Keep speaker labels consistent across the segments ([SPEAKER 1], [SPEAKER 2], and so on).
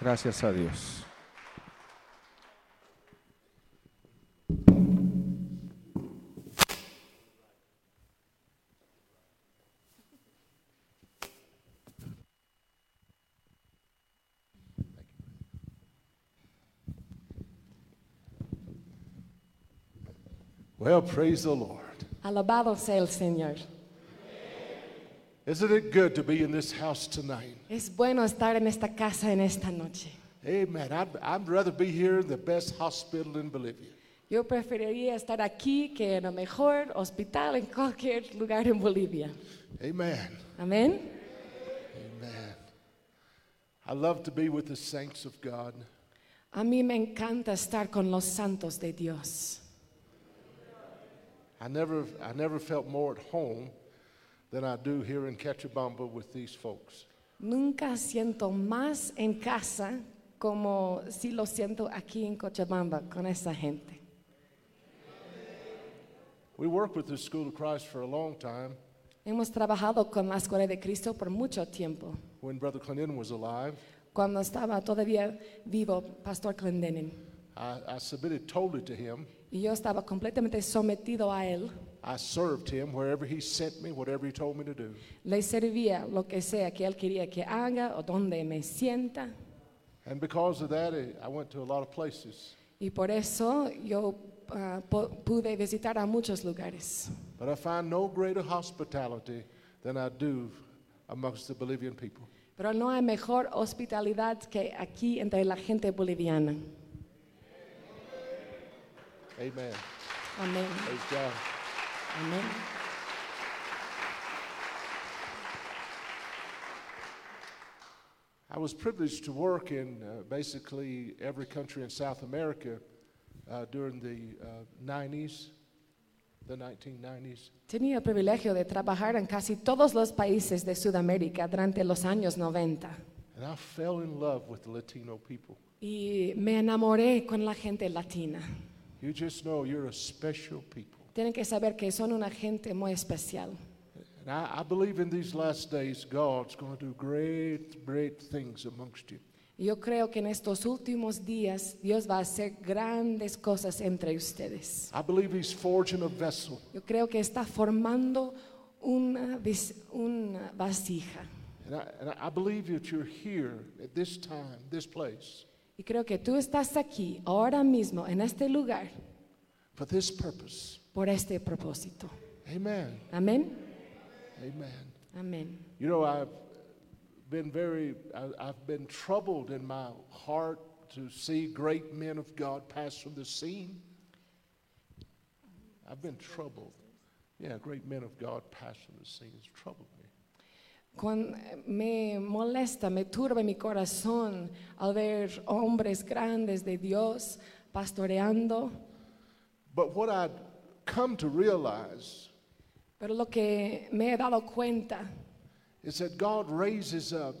[SPEAKER 1] Gracias a Dios.
[SPEAKER 2] Well, praise the Lord.
[SPEAKER 3] Alabado sea el Señor.
[SPEAKER 2] Isn't it good to be in this house tonight?
[SPEAKER 3] Es bueno estar en esta casa en esta noche.
[SPEAKER 2] Amen. I'd, I'd rather be here in the best hospital in Bolivia.
[SPEAKER 3] Yo preferiría estar aquí que en el mejor hospital en cualquier lugar en Bolivia.
[SPEAKER 2] Amen.
[SPEAKER 3] Amén.
[SPEAKER 2] Amen. I love to be with the saints of God.
[SPEAKER 3] A mí me encanta estar con los santos de Dios.
[SPEAKER 2] I never, I never felt more at home than I do here in Cachabamba with these folks.
[SPEAKER 3] Nunca siento más en casa como si lo siento aquí en Cochabamba con esa gente.
[SPEAKER 2] We worked with the School of Christ for a long time
[SPEAKER 3] Hemos trabajado con la Escuela de Cristo por mucho tiempo.
[SPEAKER 2] when Brother Clennon was alive.
[SPEAKER 3] Cuando estaba todavía vivo Pastor Clendenen
[SPEAKER 2] I, I submitted totally to him.
[SPEAKER 3] y yo estaba completamente sometido a él,
[SPEAKER 2] I served him wherever he sent me, whatever he told me to do.
[SPEAKER 3] le servía lo que sea que él quería que haga o donde me sienta.
[SPEAKER 2] And because of that, eh, I went to a lot of places.
[SPEAKER 3] Y por eso yo ah, po- pude visitar a muchos lugares.
[SPEAKER 2] But I find no greater hospitality than I do amongst the Bolivian people.
[SPEAKER 3] Pero no hay mejor hospitalidad que aquí entre la gente boliviana.
[SPEAKER 2] Amen.
[SPEAKER 3] Amén.
[SPEAKER 2] Praise God.
[SPEAKER 3] Amén.
[SPEAKER 2] I was privileged to work in uh, basically every country in South America uh, during the uh, 90s, the 1990s.
[SPEAKER 3] Tenía el privilegio de trabajar en casi todos los países de Sudamérica durante los años 90
[SPEAKER 2] And I fell in love with the Latino people.
[SPEAKER 3] y me enamoré con la gente latina.
[SPEAKER 2] You just know you're a special people.
[SPEAKER 3] Tienen que saber que son una gente muy especial.
[SPEAKER 2] And I, I believe in these last days, God's going to do great, great things amongst you.
[SPEAKER 3] Y Yo creo que en estos últimos días Dios va a hacer grandes cosas entre ustedes.
[SPEAKER 2] I believe He's forging a vessel.
[SPEAKER 3] Yo creo que está formando una, vis- una vasija.
[SPEAKER 2] And I, and I believe that you're here at this time, this place,
[SPEAKER 3] Y creo que tú estás aquí ahora mismo en este lugar
[SPEAKER 2] for this purpose.
[SPEAKER 3] por este propósito.
[SPEAKER 2] Amen.
[SPEAKER 3] Amén.
[SPEAKER 2] Amen.
[SPEAKER 3] Amén.
[SPEAKER 2] You know, I've been very, I, I've been troubled in my heart to see great men of God pass from the scene. I've been troubled. Yeah, great men of God pass from the scene. It's troubled me.
[SPEAKER 3] Cuan- me molesta, me turba mi corazón al ver hombres grandes de Dios pastoreando.
[SPEAKER 2] But what I'd come to realize
[SPEAKER 3] Pero lo que me he dado cuenta
[SPEAKER 2] is that God raises up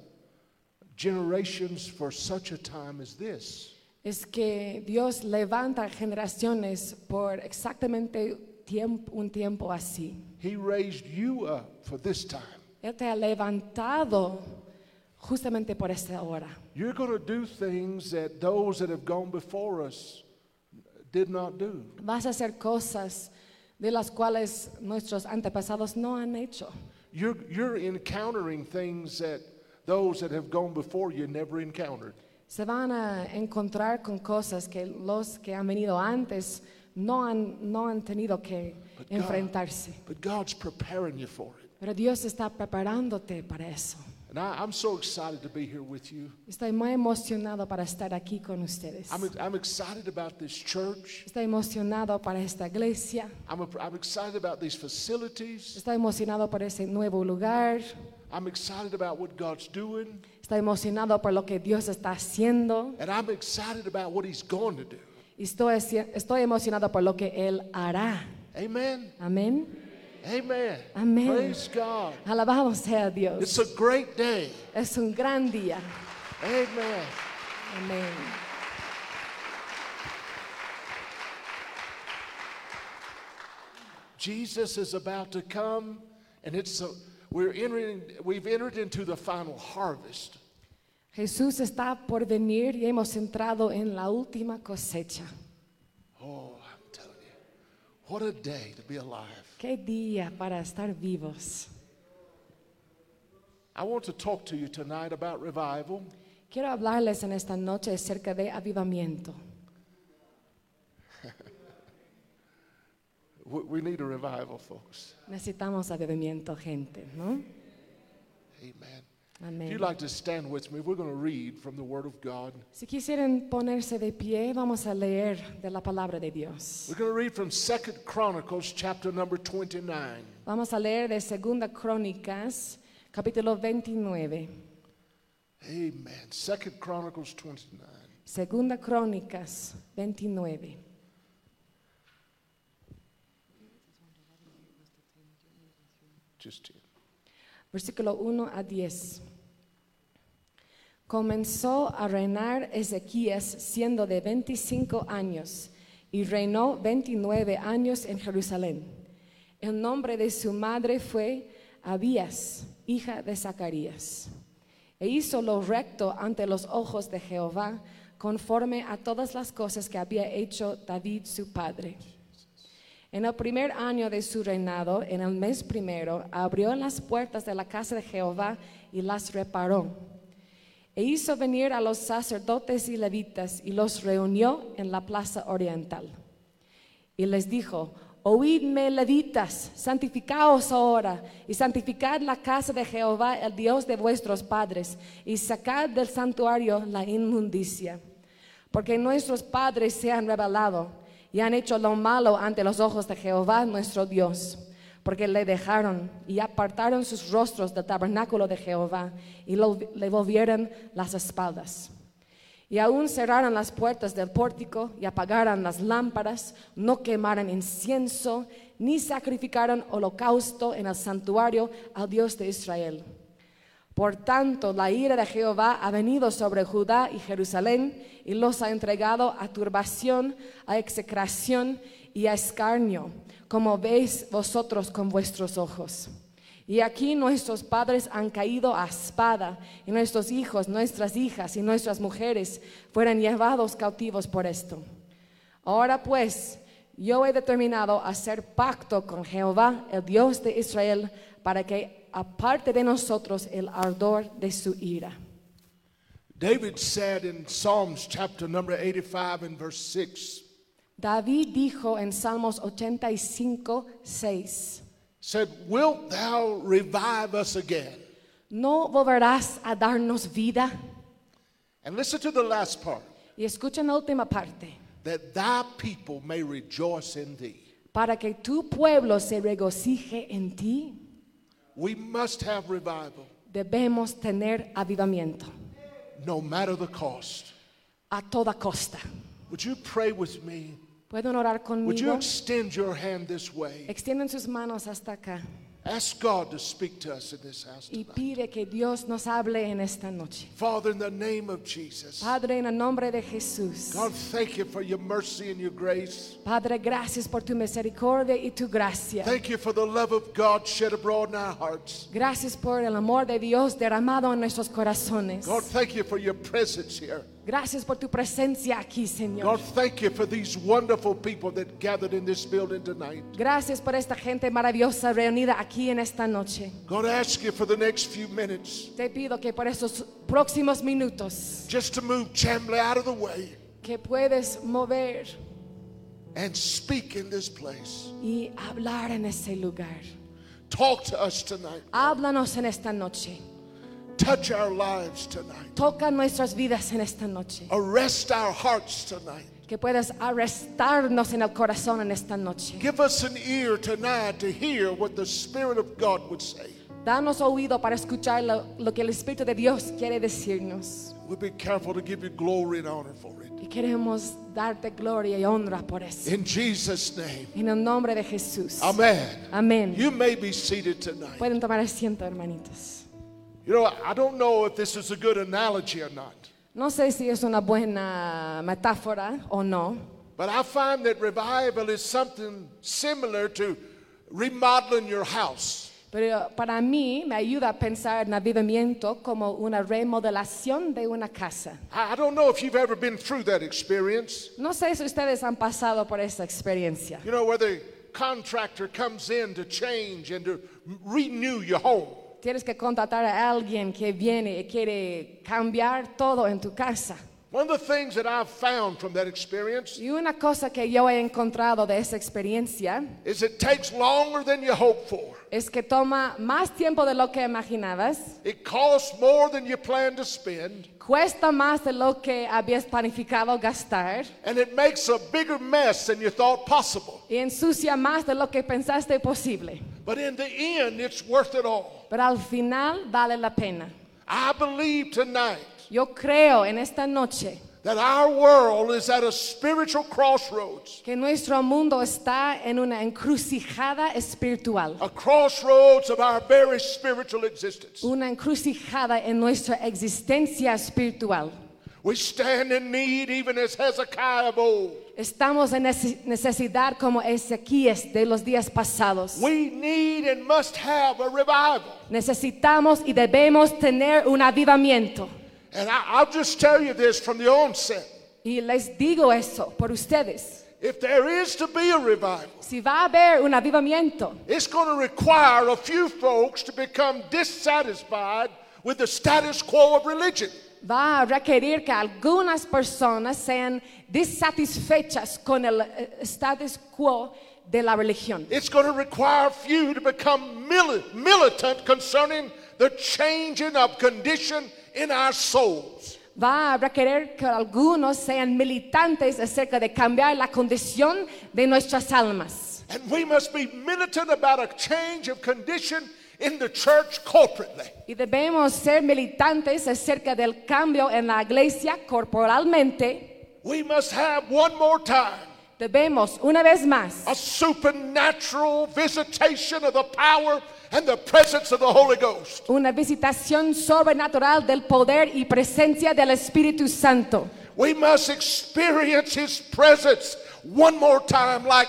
[SPEAKER 2] generations for such a time as this.
[SPEAKER 3] es que Dios levanta generaciones por exactamente tiemp- un tiempo así.
[SPEAKER 2] He raised you up for this time.
[SPEAKER 3] Él te ha levantado justamente por esta hora.
[SPEAKER 2] You're going to do things that those that have gone before us did not do.
[SPEAKER 3] Vas a hacer cosas de las cuales nuestros antepasados no han hecho.
[SPEAKER 2] You're, you're encountering things that those that have gone before you never encountered.
[SPEAKER 3] Se van a encontrar con cosas que los que han venido antes no han, no han tenido que
[SPEAKER 2] But God-
[SPEAKER 3] enfrentarse.
[SPEAKER 2] But God's preparing you for it.
[SPEAKER 3] Pero Dios está preparándote para eso.
[SPEAKER 2] And I, I'm so excited to be here with you.
[SPEAKER 3] Estoy muy emocionado para estar aquí con ustedes.
[SPEAKER 2] I'm, I'm excited about this church.
[SPEAKER 3] Estoy emocionado para esta iglesia.
[SPEAKER 2] I'm, a, I'm excited about these facilities.
[SPEAKER 3] Estoy emocionado por ese nuevo lugar.
[SPEAKER 2] I'm excited about what God's doing.
[SPEAKER 3] Estoy emocionado por lo que Dios está haciendo.
[SPEAKER 2] And I'm excited about what He's going to do.
[SPEAKER 3] Y Estoy, haci- estoy emocionado por lo que Él hará.
[SPEAKER 2] Amen.
[SPEAKER 3] Amén.
[SPEAKER 2] Amen.
[SPEAKER 3] Amén.
[SPEAKER 2] Praise God.
[SPEAKER 3] Alabado sea Dios.
[SPEAKER 2] It's a great day.
[SPEAKER 3] Es un gran día.
[SPEAKER 2] Amen.
[SPEAKER 3] Amén.
[SPEAKER 2] Jesus is about to come, and it's a, we're entering, we've entered into the final harvest.
[SPEAKER 3] Jesús está por venir y hemos entrado en la última cosecha.
[SPEAKER 2] Oh, I'm telling you, what a day to be alive.
[SPEAKER 3] Qué día para estar vivos.
[SPEAKER 2] I want to talk to you tonight about revival.
[SPEAKER 3] Quiero hablarles en esta noche acerca de avivamiento.
[SPEAKER 2] We, we need a revival, folks.
[SPEAKER 3] Necesitamos avivamiento, gente, ¿no?
[SPEAKER 2] Amen. If
[SPEAKER 3] Amén.
[SPEAKER 2] you'd like to stand with me, we're going to read from the Word of God.
[SPEAKER 3] Si quisieran ponerse de pie, vamos a leer de la palabra de Dios.
[SPEAKER 2] We're going to read from Second Chronicles, chapter number 29.
[SPEAKER 3] Vamos a leer de Segunda Crónicas, capítulo 29.
[SPEAKER 2] Amen. Second Chronicles 29.
[SPEAKER 3] Segunda Crónicas 29.
[SPEAKER 2] Just 10.
[SPEAKER 3] versículo 1 a 10. Comenzó a reinar Ezequías siendo de 25 años y reinó 29 años en Jerusalén. El nombre de su madre fue Abías, hija de Zacarías. E hizo lo recto ante los ojos de Jehová, conforme a todas las cosas que había hecho David su padre. En el primer año de su reinado, en el mes primero, abrió las puertas de la casa de Jehová y las reparó. E hizo venir a los sacerdotes y levitas y los reunió en la plaza oriental. Y les dijo, oídme levitas, santificaos ahora y santificad la casa de Jehová, el Dios de vuestros padres, y sacad del santuario la inmundicia. Porque nuestros padres se han rebelado y han hecho lo malo ante los ojos de Jehová, nuestro Dios. Porque le dejaron y apartaron sus rostros del tabernáculo de Jehová y lo- le volvieron las espaldas. Y aún cerraron las puertas del pórtico y apagaron las lámparas, no quemaron incienso, ni sacrificaron holocausto en el santuario al Dios de Israel. Por tanto, la ira de Jehová ha venido sobre Judá y Jerusalén y los ha entregado a turbación, a execración y a escarnio, como veis vosotros con vuestros ojos. Y aquí nuestros padres han caído a espada, y nuestros hijos, nuestras hijas y nuestras mujeres fueron llevados cautivos por esto. Ahora pues, yo he determinado hacer pacto con Jehová, el Dios de Israel, para que aparte de nosotros el ardor de su ira.
[SPEAKER 2] David said in Psalms chapter number 85 and verse 6,
[SPEAKER 3] David dijo en Salmos 85, 6,
[SPEAKER 2] said, Wilt thou revive us again?
[SPEAKER 3] ¿no volverás a darnos vida?
[SPEAKER 2] And listen to the last part,
[SPEAKER 3] Y escuchen la última parte,
[SPEAKER 2] that thy people may rejoice in thee.
[SPEAKER 3] para que tu pueblo se regocije en ti,
[SPEAKER 2] We must have revival,
[SPEAKER 3] debemos tener avivamiento
[SPEAKER 2] no matter the cost.
[SPEAKER 3] a toda costa.
[SPEAKER 2] Would you pray with me?
[SPEAKER 3] ¿Pueden orar
[SPEAKER 2] Would you
[SPEAKER 3] conmigo?
[SPEAKER 2] extend your hand this way?
[SPEAKER 3] Extienden sus manos hasta acá.
[SPEAKER 2] Ask God to speak to us in this house
[SPEAKER 3] y
[SPEAKER 2] tonight.
[SPEAKER 3] pide que Dios nos hable en esta noche.
[SPEAKER 2] Father, in the name of Jesus,
[SPEAKER 3] Padre, en el nombre de Jesús.
[SPEAKER 2] God, thank you for your mercy and your grace.
[SPEAKER 3] Padre, gracias por tu misericordia y tu gracia.
[SPEAKER 2] Thank you for the love of God shed abroad in our hearts.
[SPEAKER 3] Gracias por el amor de Dios derramado en nuestros corazones.
[SPEAKER 2] God, thank you for your presence here.
[SPEAKER 3] Gracias por tu presencia aquí,
[SPEAKER 2] God,
[SPEAKER 3] Señor.
[SPEAKER 2] thank you for these wonderful people that gathered in this building tonight.
[SPEAKER 3] Gracias por esta gente maravillosa reunida aquí en esta noche.
[SPEAKER 2] God, I ask you for the next few minutes
[SPEAKER 3] Te pido que por estos próximos minutos
[SPEAKER 2] just to move Chamblee out of the way
[SPEAKER 3] que puedes mover
[SPEAKER 2] and speak in this place.
[SPEAKER 3] y hablar en ese lugar.
[SPEAKER 2] Talk to us tonight.
[SPEAKER 3] Háblanos en esta noche.
[SPEAKER 2] Touch our lives tonight.
[SPEAKER 3] Toca nuestras vidas en esta noche.
[SPEAKER 2] Arrest our hearts tonight.
[SPEAKER 3] que puedas arrestarnos en el corazón en esta noche.
[SPEAKER 2] Give us an ear tonight to hear what the Spirit of God would say.
[SPEAKER 3] Danos oído para escuchar lo, lo que el Espíritu de Dios quiere decirnos.
[SPEAKER 2] We'll be careful to give you glory and honor for it.
[SPEAKER 3] Y queremos darte gloria y honra por eso.
[SPEAKER 2] In Jesus' name.
[SPEAKER 3] En el nombre de Jesús.
[SPEAKER 2] Amen.
[SPEAKER 3] Amén.
[SPEAKER 2] You may be seated tonight.
[SPEAKER 3] Pueden tomar asiento, hermanitos.
[SPEAKER 2] You know, I don't know if this is a good analogy or not,
[SPEAKER 3] No sé si es una buena metáfora o no,
[SPEAKER 2] but I find that revival is something similar to remodeling your house.
[SPEAKER 3] Pero para mí me ayuda a pensar en avivamiento como una remodelación de una casa.
[SPEAKER 2] I I don't know if you've ever been through that experience.
[SPEAKER 3] No sé si ustedes han pasado por esa experiencia.
[SPEAKER 2] You know, where the contractor comes in to change and to renew your home.
[SPEAKER 3] Tienes que contratar a alguien que viene y quiere cambiar todo en tu casa.
[SPEAKER 2] One of the things that I've found from that experience
[SPEAKER 3] Y una cosa que yo he encontrado de esa experiencia
[SPEAKER 2] is it takes longer than you hope for.
[SPEAKER 3] es que toma más tiempo de lo que imaginabas,
[SPEAKER 2] It costs more than you plan to spend,
[SPEAKER 3] cuesta más de lo que habías planificado gastar
[SPEAKER 2] and it makes a bigger mess than you thought possible.
[SPEAKER 3] y ensucia más de lo que pensaste posible.
[SPEAKER 2] But in the end, it's worth it all.
[SPEAKER 3] Pero al final vale la pena.
[SPEAKER 2] I believe tonight
[SPEAKER 3] Yo creo en esta noche
[SPEAKER 2] that our world is at a spiritual crossroads,
[SPEAKER 3] que nuestro mundo está en una encrucijada espiritual,
[SPEAKER 2] a crossroads of our very spiritual existence.
[SPEAKER 3] una encrucijada en nuestra existencia espiritual.
[SPEAKER 2] We stand in need, even as Hezekiah of old.
[SPEAKER 3] Estamos en nece- necesidad como Ezequías de los días pasados.
[SPEAKER 2] We need and must have a revival.
[SPEAKER 3] Necesitamos y debemos tener un avivamiento.
[SPEAKER 2] And I, I'll just tell you this from the onset.
[SPEAKER 3] Y les digo eso por ustedes.
[SPEAKER 2] If there is to be a revival,
[SPEAKER 3] Si va a haber un avivamiento,
[SPEAKER 2] it's going to require a few folks to become dissatisfied with the status quo of religion.
[SPEAKER 3] va a requerir que algunas personas sean dissatisfechas con el eh, status quo de la religión.
[SPEAKER 2] It's going to require few to become mili- militant concerning the changing of condition in our souls.
[SPEAKER 3] Va a requerir que algunos sean militantes acerca de cambiar la condición de nuestras almas.
[SPEAKER 2] And we must be militant about a change of condition in the church corporately.
[SPEAKER 3] Y debemos ser militantes acerca del cambio en la iglesia corporalmente.
[SPEAKER 2] We must have one more time
[SPEAKER 3] Debemos, una vez más,
[SPEAKER 2] a supernatural visitation of the power and the presence of the Holy Ghost.
[SPEAKER 3] una visitación sobrenatural del poder y presencia del Espíritu Santo.
[SPEAKER 2] We must experience His presence one more time like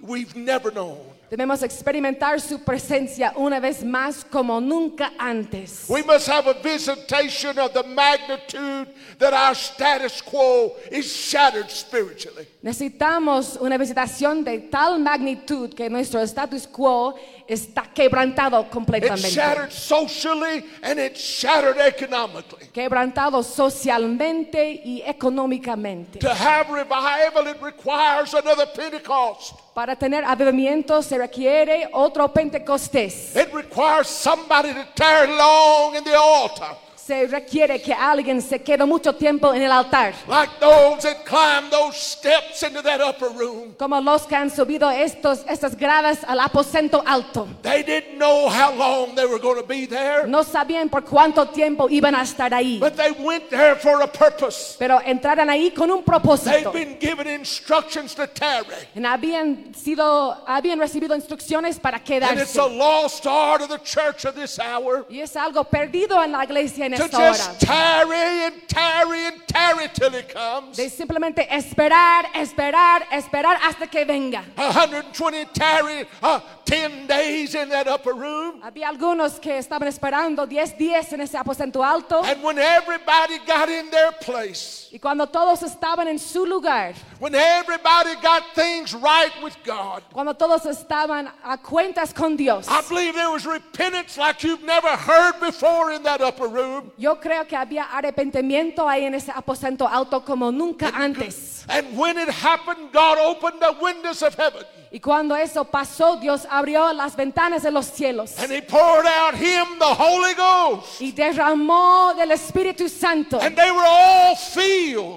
[SPEAKER 2] we've never known.
[SPEAKER 3] Debemos experimentar su presencia una vez más como nunca antes.
[SPEAKER 2] We must have a visitation of the magnitude that our status quo is shattered spiritually.
[SPEAKER 3] Necesitamos una visitación de tal magnitud que nuestro status quo está quebrantado
[SPEAKER 2] It's
[SPEAKER 3] completamente.
[SPEAKER 2] shattered socially and it's shattered economically.
[SPEAKER 3] Quebrantado socialmente y económicamente.
[SPEAKER 2] To have revival, it requires another Pentecost.
[SPEAKER 3] Para tener avivamiento se requiere otro Pentecostés.
[SPEAKER 2] It requires somebody to tarry long in the altar,
[SPEAKER 3] Se requiere que alguien se quede mucho tiempo en el altar.
[SPEAKER 2] like those that climbed those steps into that upper room.
[SPEAKER 3] como los que han subido estos, estas gradas al aposento alto.
[SPEAKER 2] They didn't know how long they were going to be there,
[SPEAKER 3] No sabían por cuánto tiempo iban a estar ahí,
[SPEAKER 2] but they went there for a purpose.
[SPEAKER 3] pero entraron ahí con un
[SPEAKER 2] They've
[SPEAKER 3] propósito.
[SPEAKER 2] been given instructions to tarry.
[SPEAKER 3] Habían, sido, habían recibido instrucciones para
[SPEAKER 2] And it's
[SPEAKER 3] quedarse.
[SPEAKER 2] a lost art of the church of this hour
[SPEAKER 3] Y es algo perdido en la iglesia en
[SPEAKER 2] to
[SPEAKER 3] esta hora.
[SPEAKER 2] just tarry and tarry and tarry till it comes.
[SPEAKER 3] De simplemente esperar, esperar, esperar hasta que venga.
[SPEAKER 2] 120 tarry uh, 10 days in that upper room.
[SPEAKER 3] Había algunos que estaban esperando 10 días en ese aposento alto.
[SPEAKER 2] And when everybody got in their place,
[SPEAKER 3] Y cuando todos estaban en su lugar,
[SPEAKER 2] when everybody got things right with God,
[SPEAKER 3] cuando todos estaban a cuentas con Dios.
[SPEAKER 2] I believe there was repentance like you've never heard before in that upper room.
[SPEAKER 3] Yo creo que había arrepentimiento ahí en ese aposento alto como nunca antes.
[SPEAKER 2] And when it happened, God opened the windows of heaven
[SPEAKER 3] Y cuando eso pasó, Dios abrió las ventanas de los cielos
[SPEAKER 2] and He poured out Him the Holy Ghost.
[SPEAKER 3] y derramó del Espíritu Santo.
[SPEAKER 2] And they were all
[SPEAKER 3] Y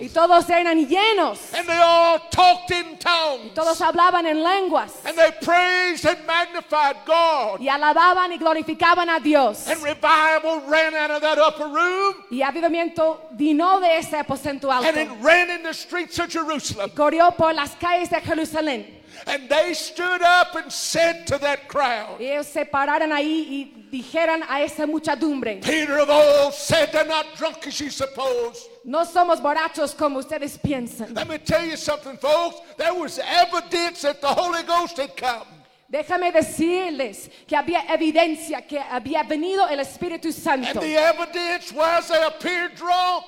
[SPEAKER 2] filled.
[SPEAKER 3] todos eran llenos.
[SPEAKER 2] And they all talked in tongues.
[SPEAKER 3] Todos hablaban en lenguas
[SPEAKER 2] And they praised and magnified God.
[SPEAKER 3] y alababan y glorificaban a Dios.
[SPEAKER 2] And revival ran out of that upper room.
[SPEAKER 3] Y avivamiento vino de ese aposento
[SPEAKER 2] And it
[SPEAKER 3] alto.
[SPEAKER 2] ran in the streets of Jerusalem.
[SPEAKER 3] Corrió por las calles de Jerusalén.
[SPEAKER 2] And they stood up and said to that crowd,
[SPEAKER 3] Y ellos se pararon ahí y dijeron a esa muchedumbre,
[SPEAKER 2] Peter of old said they're not drunk as you suppose.
[SPEAKER 3] no somos borrachos como ustedes piensan.
[SPEAKER 2] Let me tell you something, folks. There was evidence that the Holy Ghost had come.
[SPEAKER 3] Déjame decirles que había evidencia que había venido el Espíritu
[SPEAKER 2] And
[SPEAKER 3] Santo.
[SPEAKER 2] the evidence was they appeared drunk.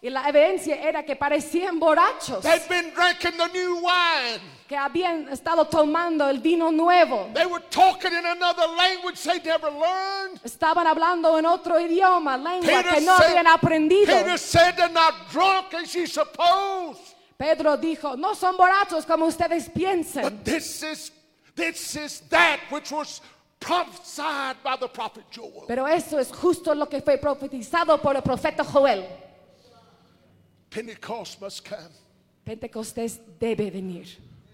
[SPEAKER 3] Y la evidencia era que parecían borrachos,
[SPEAKER 2] They'd been drinking the new wine.
[SPEAKER 3] que habían estado tomando el vino nuevo.
[SPEAKER 2] They were talking in another language they'd never learned.
[SPEAKER 3] Estaban hablando en otro idioma, lengua que no
[SPEAKER 2] said-
[SPEAKER 3] habían aprendido.
[SPEAKER 2] Peter said they're not drunk as you suppose.
[SPEAKER 3] Pedro dijo, no son borrachos como ustedes piensan,
[SPEAKER 2] But this is this is that which was prophesied by the prophet Joel.
[SPEAKER 3] pero eso es justo lo que fue profetizado por el profeta Joel.
[SPEAKER 2] Pentecost must come.
[SPEAKER 3] Pentecostés debe venir.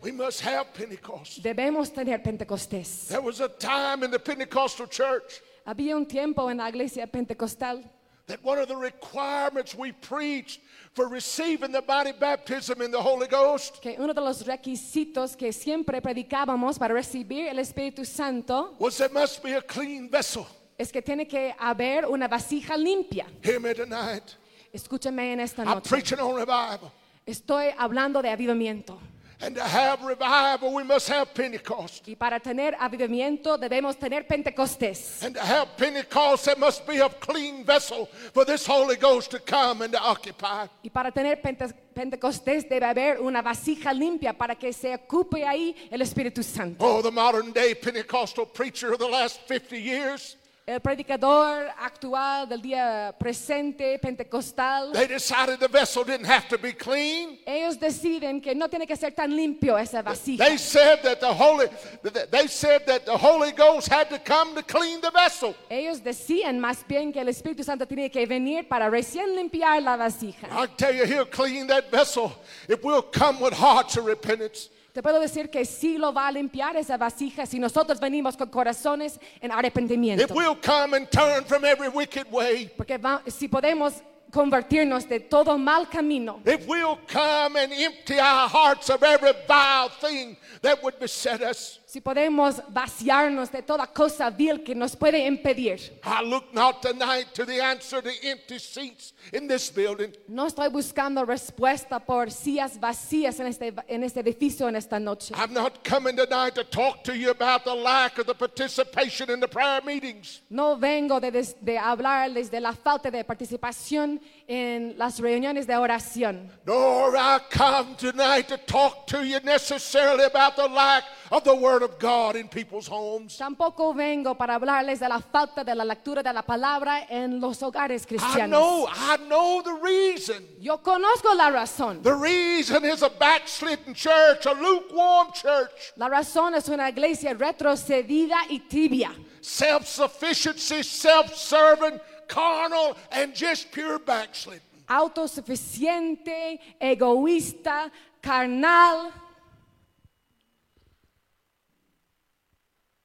[SPEAKER 2] We must have Pentecost.
[SPEAKER 3] Debemos tener Pentecostés.
[SPEAKER 2] There was a time in the Pentecostal church
[SPEAKER 3] Había un tiempo en la iglesia pentecostal
[SPEAKER 2] that one of the requirements we preached for receiving the body baptism in the Holy Ghost
[SPEAKER 3] que uno de los requisitos que siempre predicábamos para recibir el Espíritu Santo
[SPEAKER 2] was there must be a clean vessel.
[SPEAKER 3] es que tiene que haber una vasija limpia.
[SPEAKER 2] Hear me tonight.
[SPEAKER 3] Escúchame en esta
[SPEAKER 2] I'm
[SPEAKER 3] noche.
[SPEAKER 2] preaching on revival.
[SPEAKER 3] Estoy hablando de avivamiento.
[SPEAKER 2] And to have revival, we must have Pentecost.
[SPEAKER 3] Y para tener avivamiento debemos tener Pentecostés.
[SPEAKER 2] And to have Pentecost, there must be a clean vessel for this Holy Ghost to come and to occupy.
[SPEAKER 3] Y para tener Pente- Pentecostés debe haber una vasija limpia para que se ocupe ahí el Espíritu Santo.
[SPEAKER 2] Oh, the modern day Pentecostal preacher of the last 50 years,
[SPEAKER 3] El predicador actual del día presente, pentecostal,
[SPEAKER 2] they decided the vessel didn't have to be clean.
[SPEAKER 3] ellos deciden que no tiene que ser tan limpio esa vasija.
[SPEAKER 2] They said that the Holy that they said that the Holy Ghost had to come to clean the vessel.
[SPEAKER 3] Ellos decían más bien que el Espíritu Santo tenía que venir para recién limpiar la vasija.
[SPEAKER 2] I tell you, he'll clean that vessel if we'll come with hearts of repentance.
[SPEAKER 3] Te puedo decir que sí lo va a limpiar esa vasija si nosotros venimos con corazones en
[SPEAKER 2] If
[SPEAKER 3] arrepentimiento.
[SPEAKER 2] we'll come and turn from every wicked way.
[SPEAKER 3] Porque va- si podemos convertirnos de todo mal camino,
[SPEAKER 2] If we'll come and empty our hearts of every vile thing that would beset us.
[SPEAKER 3] si podemos vaciarnos de toda cosa vil que nos puede impedir.
[SPEAKER 2] I look not tonight to the answer to empty seats in this building.
[SPEAKER 3] No estoy buscando respuesta por sillas vacías en este, en este edificio en esta noche.
[SPEAKER 2] I'm not coming tonight to talk to you about the lack of the participation in the prayer meetings.
[SPEAKER 3] No vengo de, des- de hablarles de la falta de participación en las reuniones de oración.
[SPEAKER 2] Nor I come tonight to talk to you necessarily about the lack of the Word of God in people's homes.
[SPEAKER 3] Tampoco vengo para hablarles de la falta de la lectura de la palabra en los hogares
[SPEAKER 2] I
[SPEAKER 3] cristianos.
[SPEAKER 2] know, I know the reason.
[SPEAKER 3] Yo conozco la razón.
[SPEAKER 2] The reason is a backslidden church, a lukewarm church.
[SPEAKER 3] La razón es una iglesia retrocedida y tibia,
[SPEAKER 2] self sufficiency, self serving, carnal, and just pure backsliding.
[SPEAKER 3] autosuficiente, egoísta, carnal.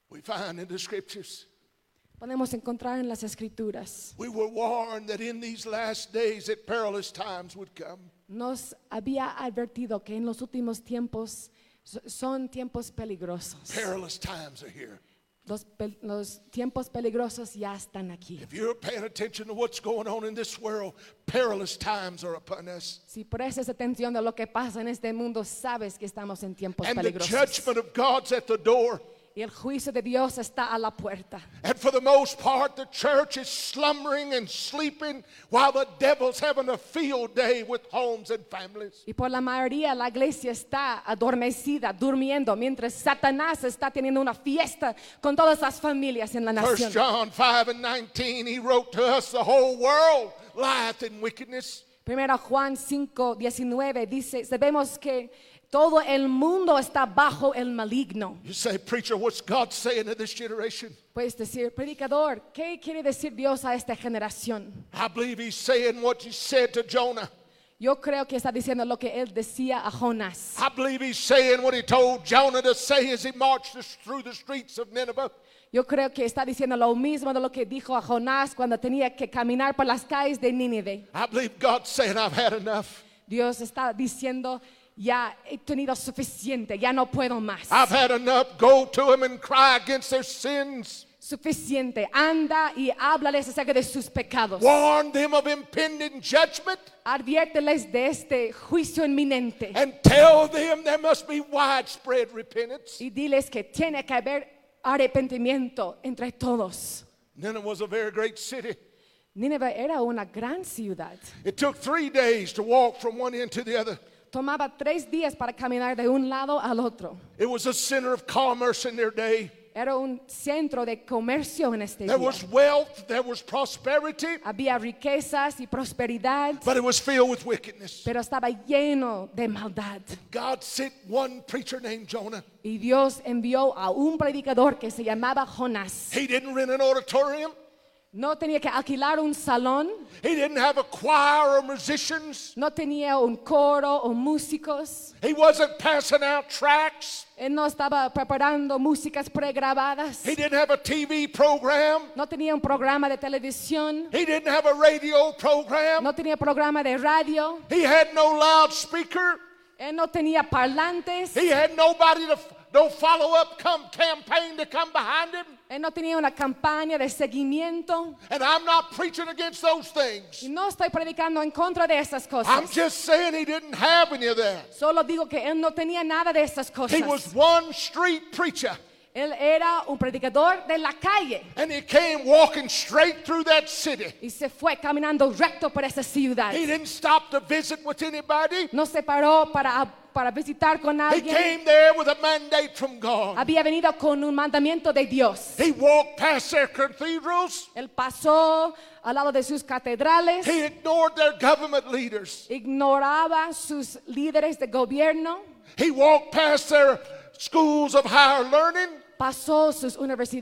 [SPEAKER 2] We find in the scriptures.
[SPEAKER 3] Podemos encontrar en las escrituras.
[SPEAKER 2] We were warned that in these last days that perilous times would come.
[SPEAKER 3] Nos había advertido que en los últimos tiempos so- son tiempos peligrosos.
[SPEAKER 2] Perilous times are here.
[SPEAKER 3] Los, pel- los tiempos peligrosos ya están aquí.
[SPEAKER 2] If you're paying attention to what's going on in this world, perilous times are upon us.
[SPEAKER 3] Si prestas atención a lo que pasa en este mundo, sabes que estamos en tiempos
[SPEAKER 2] And the
[SPEAKER 3] peligrosos.
[SPEAKER 2] judgment of God's at the door.
[SPEAKER 3] Y el juicio de Dios está a la puerta.
[SPEAKER 2] And for the most part, the church is slumbering and sleeping while the devil's having a field day with homes and families.
[SPEAKER 3] Y por la mayoría la iglesia está adormecida, durmiendo, mientras Satanás está teniendo una fiesta con todas las familias en la
[SPEAKER 2] First
[SPEAKER 3] nación.
[SPEAKER 2] John 5 and 19, he wrote to us, the whole world lieth in wickedness.
[SPEAKER 3] Primero Juan 5, 19 dice, sabemos que todo el mundo está bajo el maligno.
[SPEAKER 2] You say, preacher, what's God saying to this generation?
[SPEAKER 3] Puedes decir, predicador, ¿qué quiere decir Dios a esta generación?
[SPEAKER 2] I believe he's saying what he said to Jonah.
[SPEAKER 3] Yo creo que está diciendo lo que él decía a Jonás.
[SPEAKER 2] I believe he's saying what he told Jonah to say as he marched us through the streets of Nineveh.
[SPEAKER 3] Yo creo que está diciendo lo mismo de lo que dijo a Jonás cuando tenía que caminar por las calles de Nínive.
[SPEAKER 2] I believe God's saying, I've had enough.
[SPEAKER 3] Dios está diciendo, Ya he tenido suficiente, ya no puedo más.
[SPEAKER 2] I've had enough. Go to them and cry against their sins.
[SPEAKER 3] Suficiente, anda y háblales acerca de sus pecados.
[SPEAKER 2] Warn them of impending judgment
[SPEAKER 3] Adviérteles de este juicio inminente
[SPEAKER 2] and tell them there must be widespread repentance.
[SPEAKER 3] y diles que tiene que haber arrepentimiento entre todos.
[SPEAKER 2] Nineveh was a very great city.
[SPEAKER 3] Nínive era una gran ciudad.
[SPEAKER 2] It took three days to walk from one end to the other.
[SPEAKER 3] Tomaba tres días para caminar de un lado al otro.
[SPEAKER 2] It was a center of commerce in their day.
[SPEAKER 3] Era un centro de comercio en este
[SPEAKER 2] There
[SPEAKER 3] día.
[SPEAKER 2] was wealth, there was prosperity,
[SPEAKER 3] Había riquezas y prosperidad,
[SPEAKER 2] but it was filled with wickedness.
[SPEAKER 3] pero estaba lleno de maldad.
[SPEAKER 2] God sent one preacher named Jonah.
[SPEAKER 3] Y Dios envió a un predicador que se llamaba Jonás.
[SPEAKER 2] He didn't rent an auditorium.
[SPEAKER 3] No tenía que alquilar un salón,
[SPEAKER 2] He didn't have a choir or musicians.
[SPEAKER 3] no tenía un coro o músicos.
[SPEAKER 2] He wasn't passing out tracts.
[SPEAKER 3] Él no estaba preparando músicas pregrabadas.
[SPEAKER 2] He didn't have a TV program.
[SPEAKER 3] No tenía un programa de televisión.
[SPEAKER 2] He didn't have a radio program.
[SPEAKER 3] No tenía programa de radio.
[SPEAKER 2] He had no loudspeaker.
[SPEAKER 3] Él no tenía parlantes.
[SPEAKER 2] He had nobody to, no follow up come campaign to come behind him.
[SPEAKER 3] Él no tenía una campaña de seguimiento.
[SPEAKER 2] And I'm not preaching against those
[SPEAKER 3] Y
[SPEAKER 2] things.
[SPEAKER 3] no estoy predicando en contra de esas
[SPEAKER 2] I'm
[SPEAKER 3] cosas.
[SPEAKER 2] just saying he didn't have any of that.
[SPEAKER 3] Solo digo que él no tenía nada de esas
[SPEAKER 2] He was
[SPEAKER 3] cosas.
[SPEAKER 2] one street preacher.
[SPEAKER 3] Él era un predicador de la calle
[SPEAKER 2] And he came walking straight through that city.
[SPEAKER 3] y se fue caminando recto por esa ciudad.
[SPEAKER 2] He didn't stop to visit with anybody.
[SPEAKER 3] No se paró para, para visitar con
[SPEAKER 2] He
[SPEAKER 3] alguien.
[SPEAKER 2] came there with a mandate from God.
[SPEAKER 3] Había venido con un mandamiento de Dios.
[SPEAKER 2] He walked past their cathedrals.
[SPEAKER 3] Él pasó al lado de sus catedrales,
[SPEAKER 2] He ignored their government leaders.
[SPEAKER 3] ignoraba sus líderes de gobierno,
[SPEAKER 2] He walked past their schools of higher learning.
[SPEAKER 3] pasó sus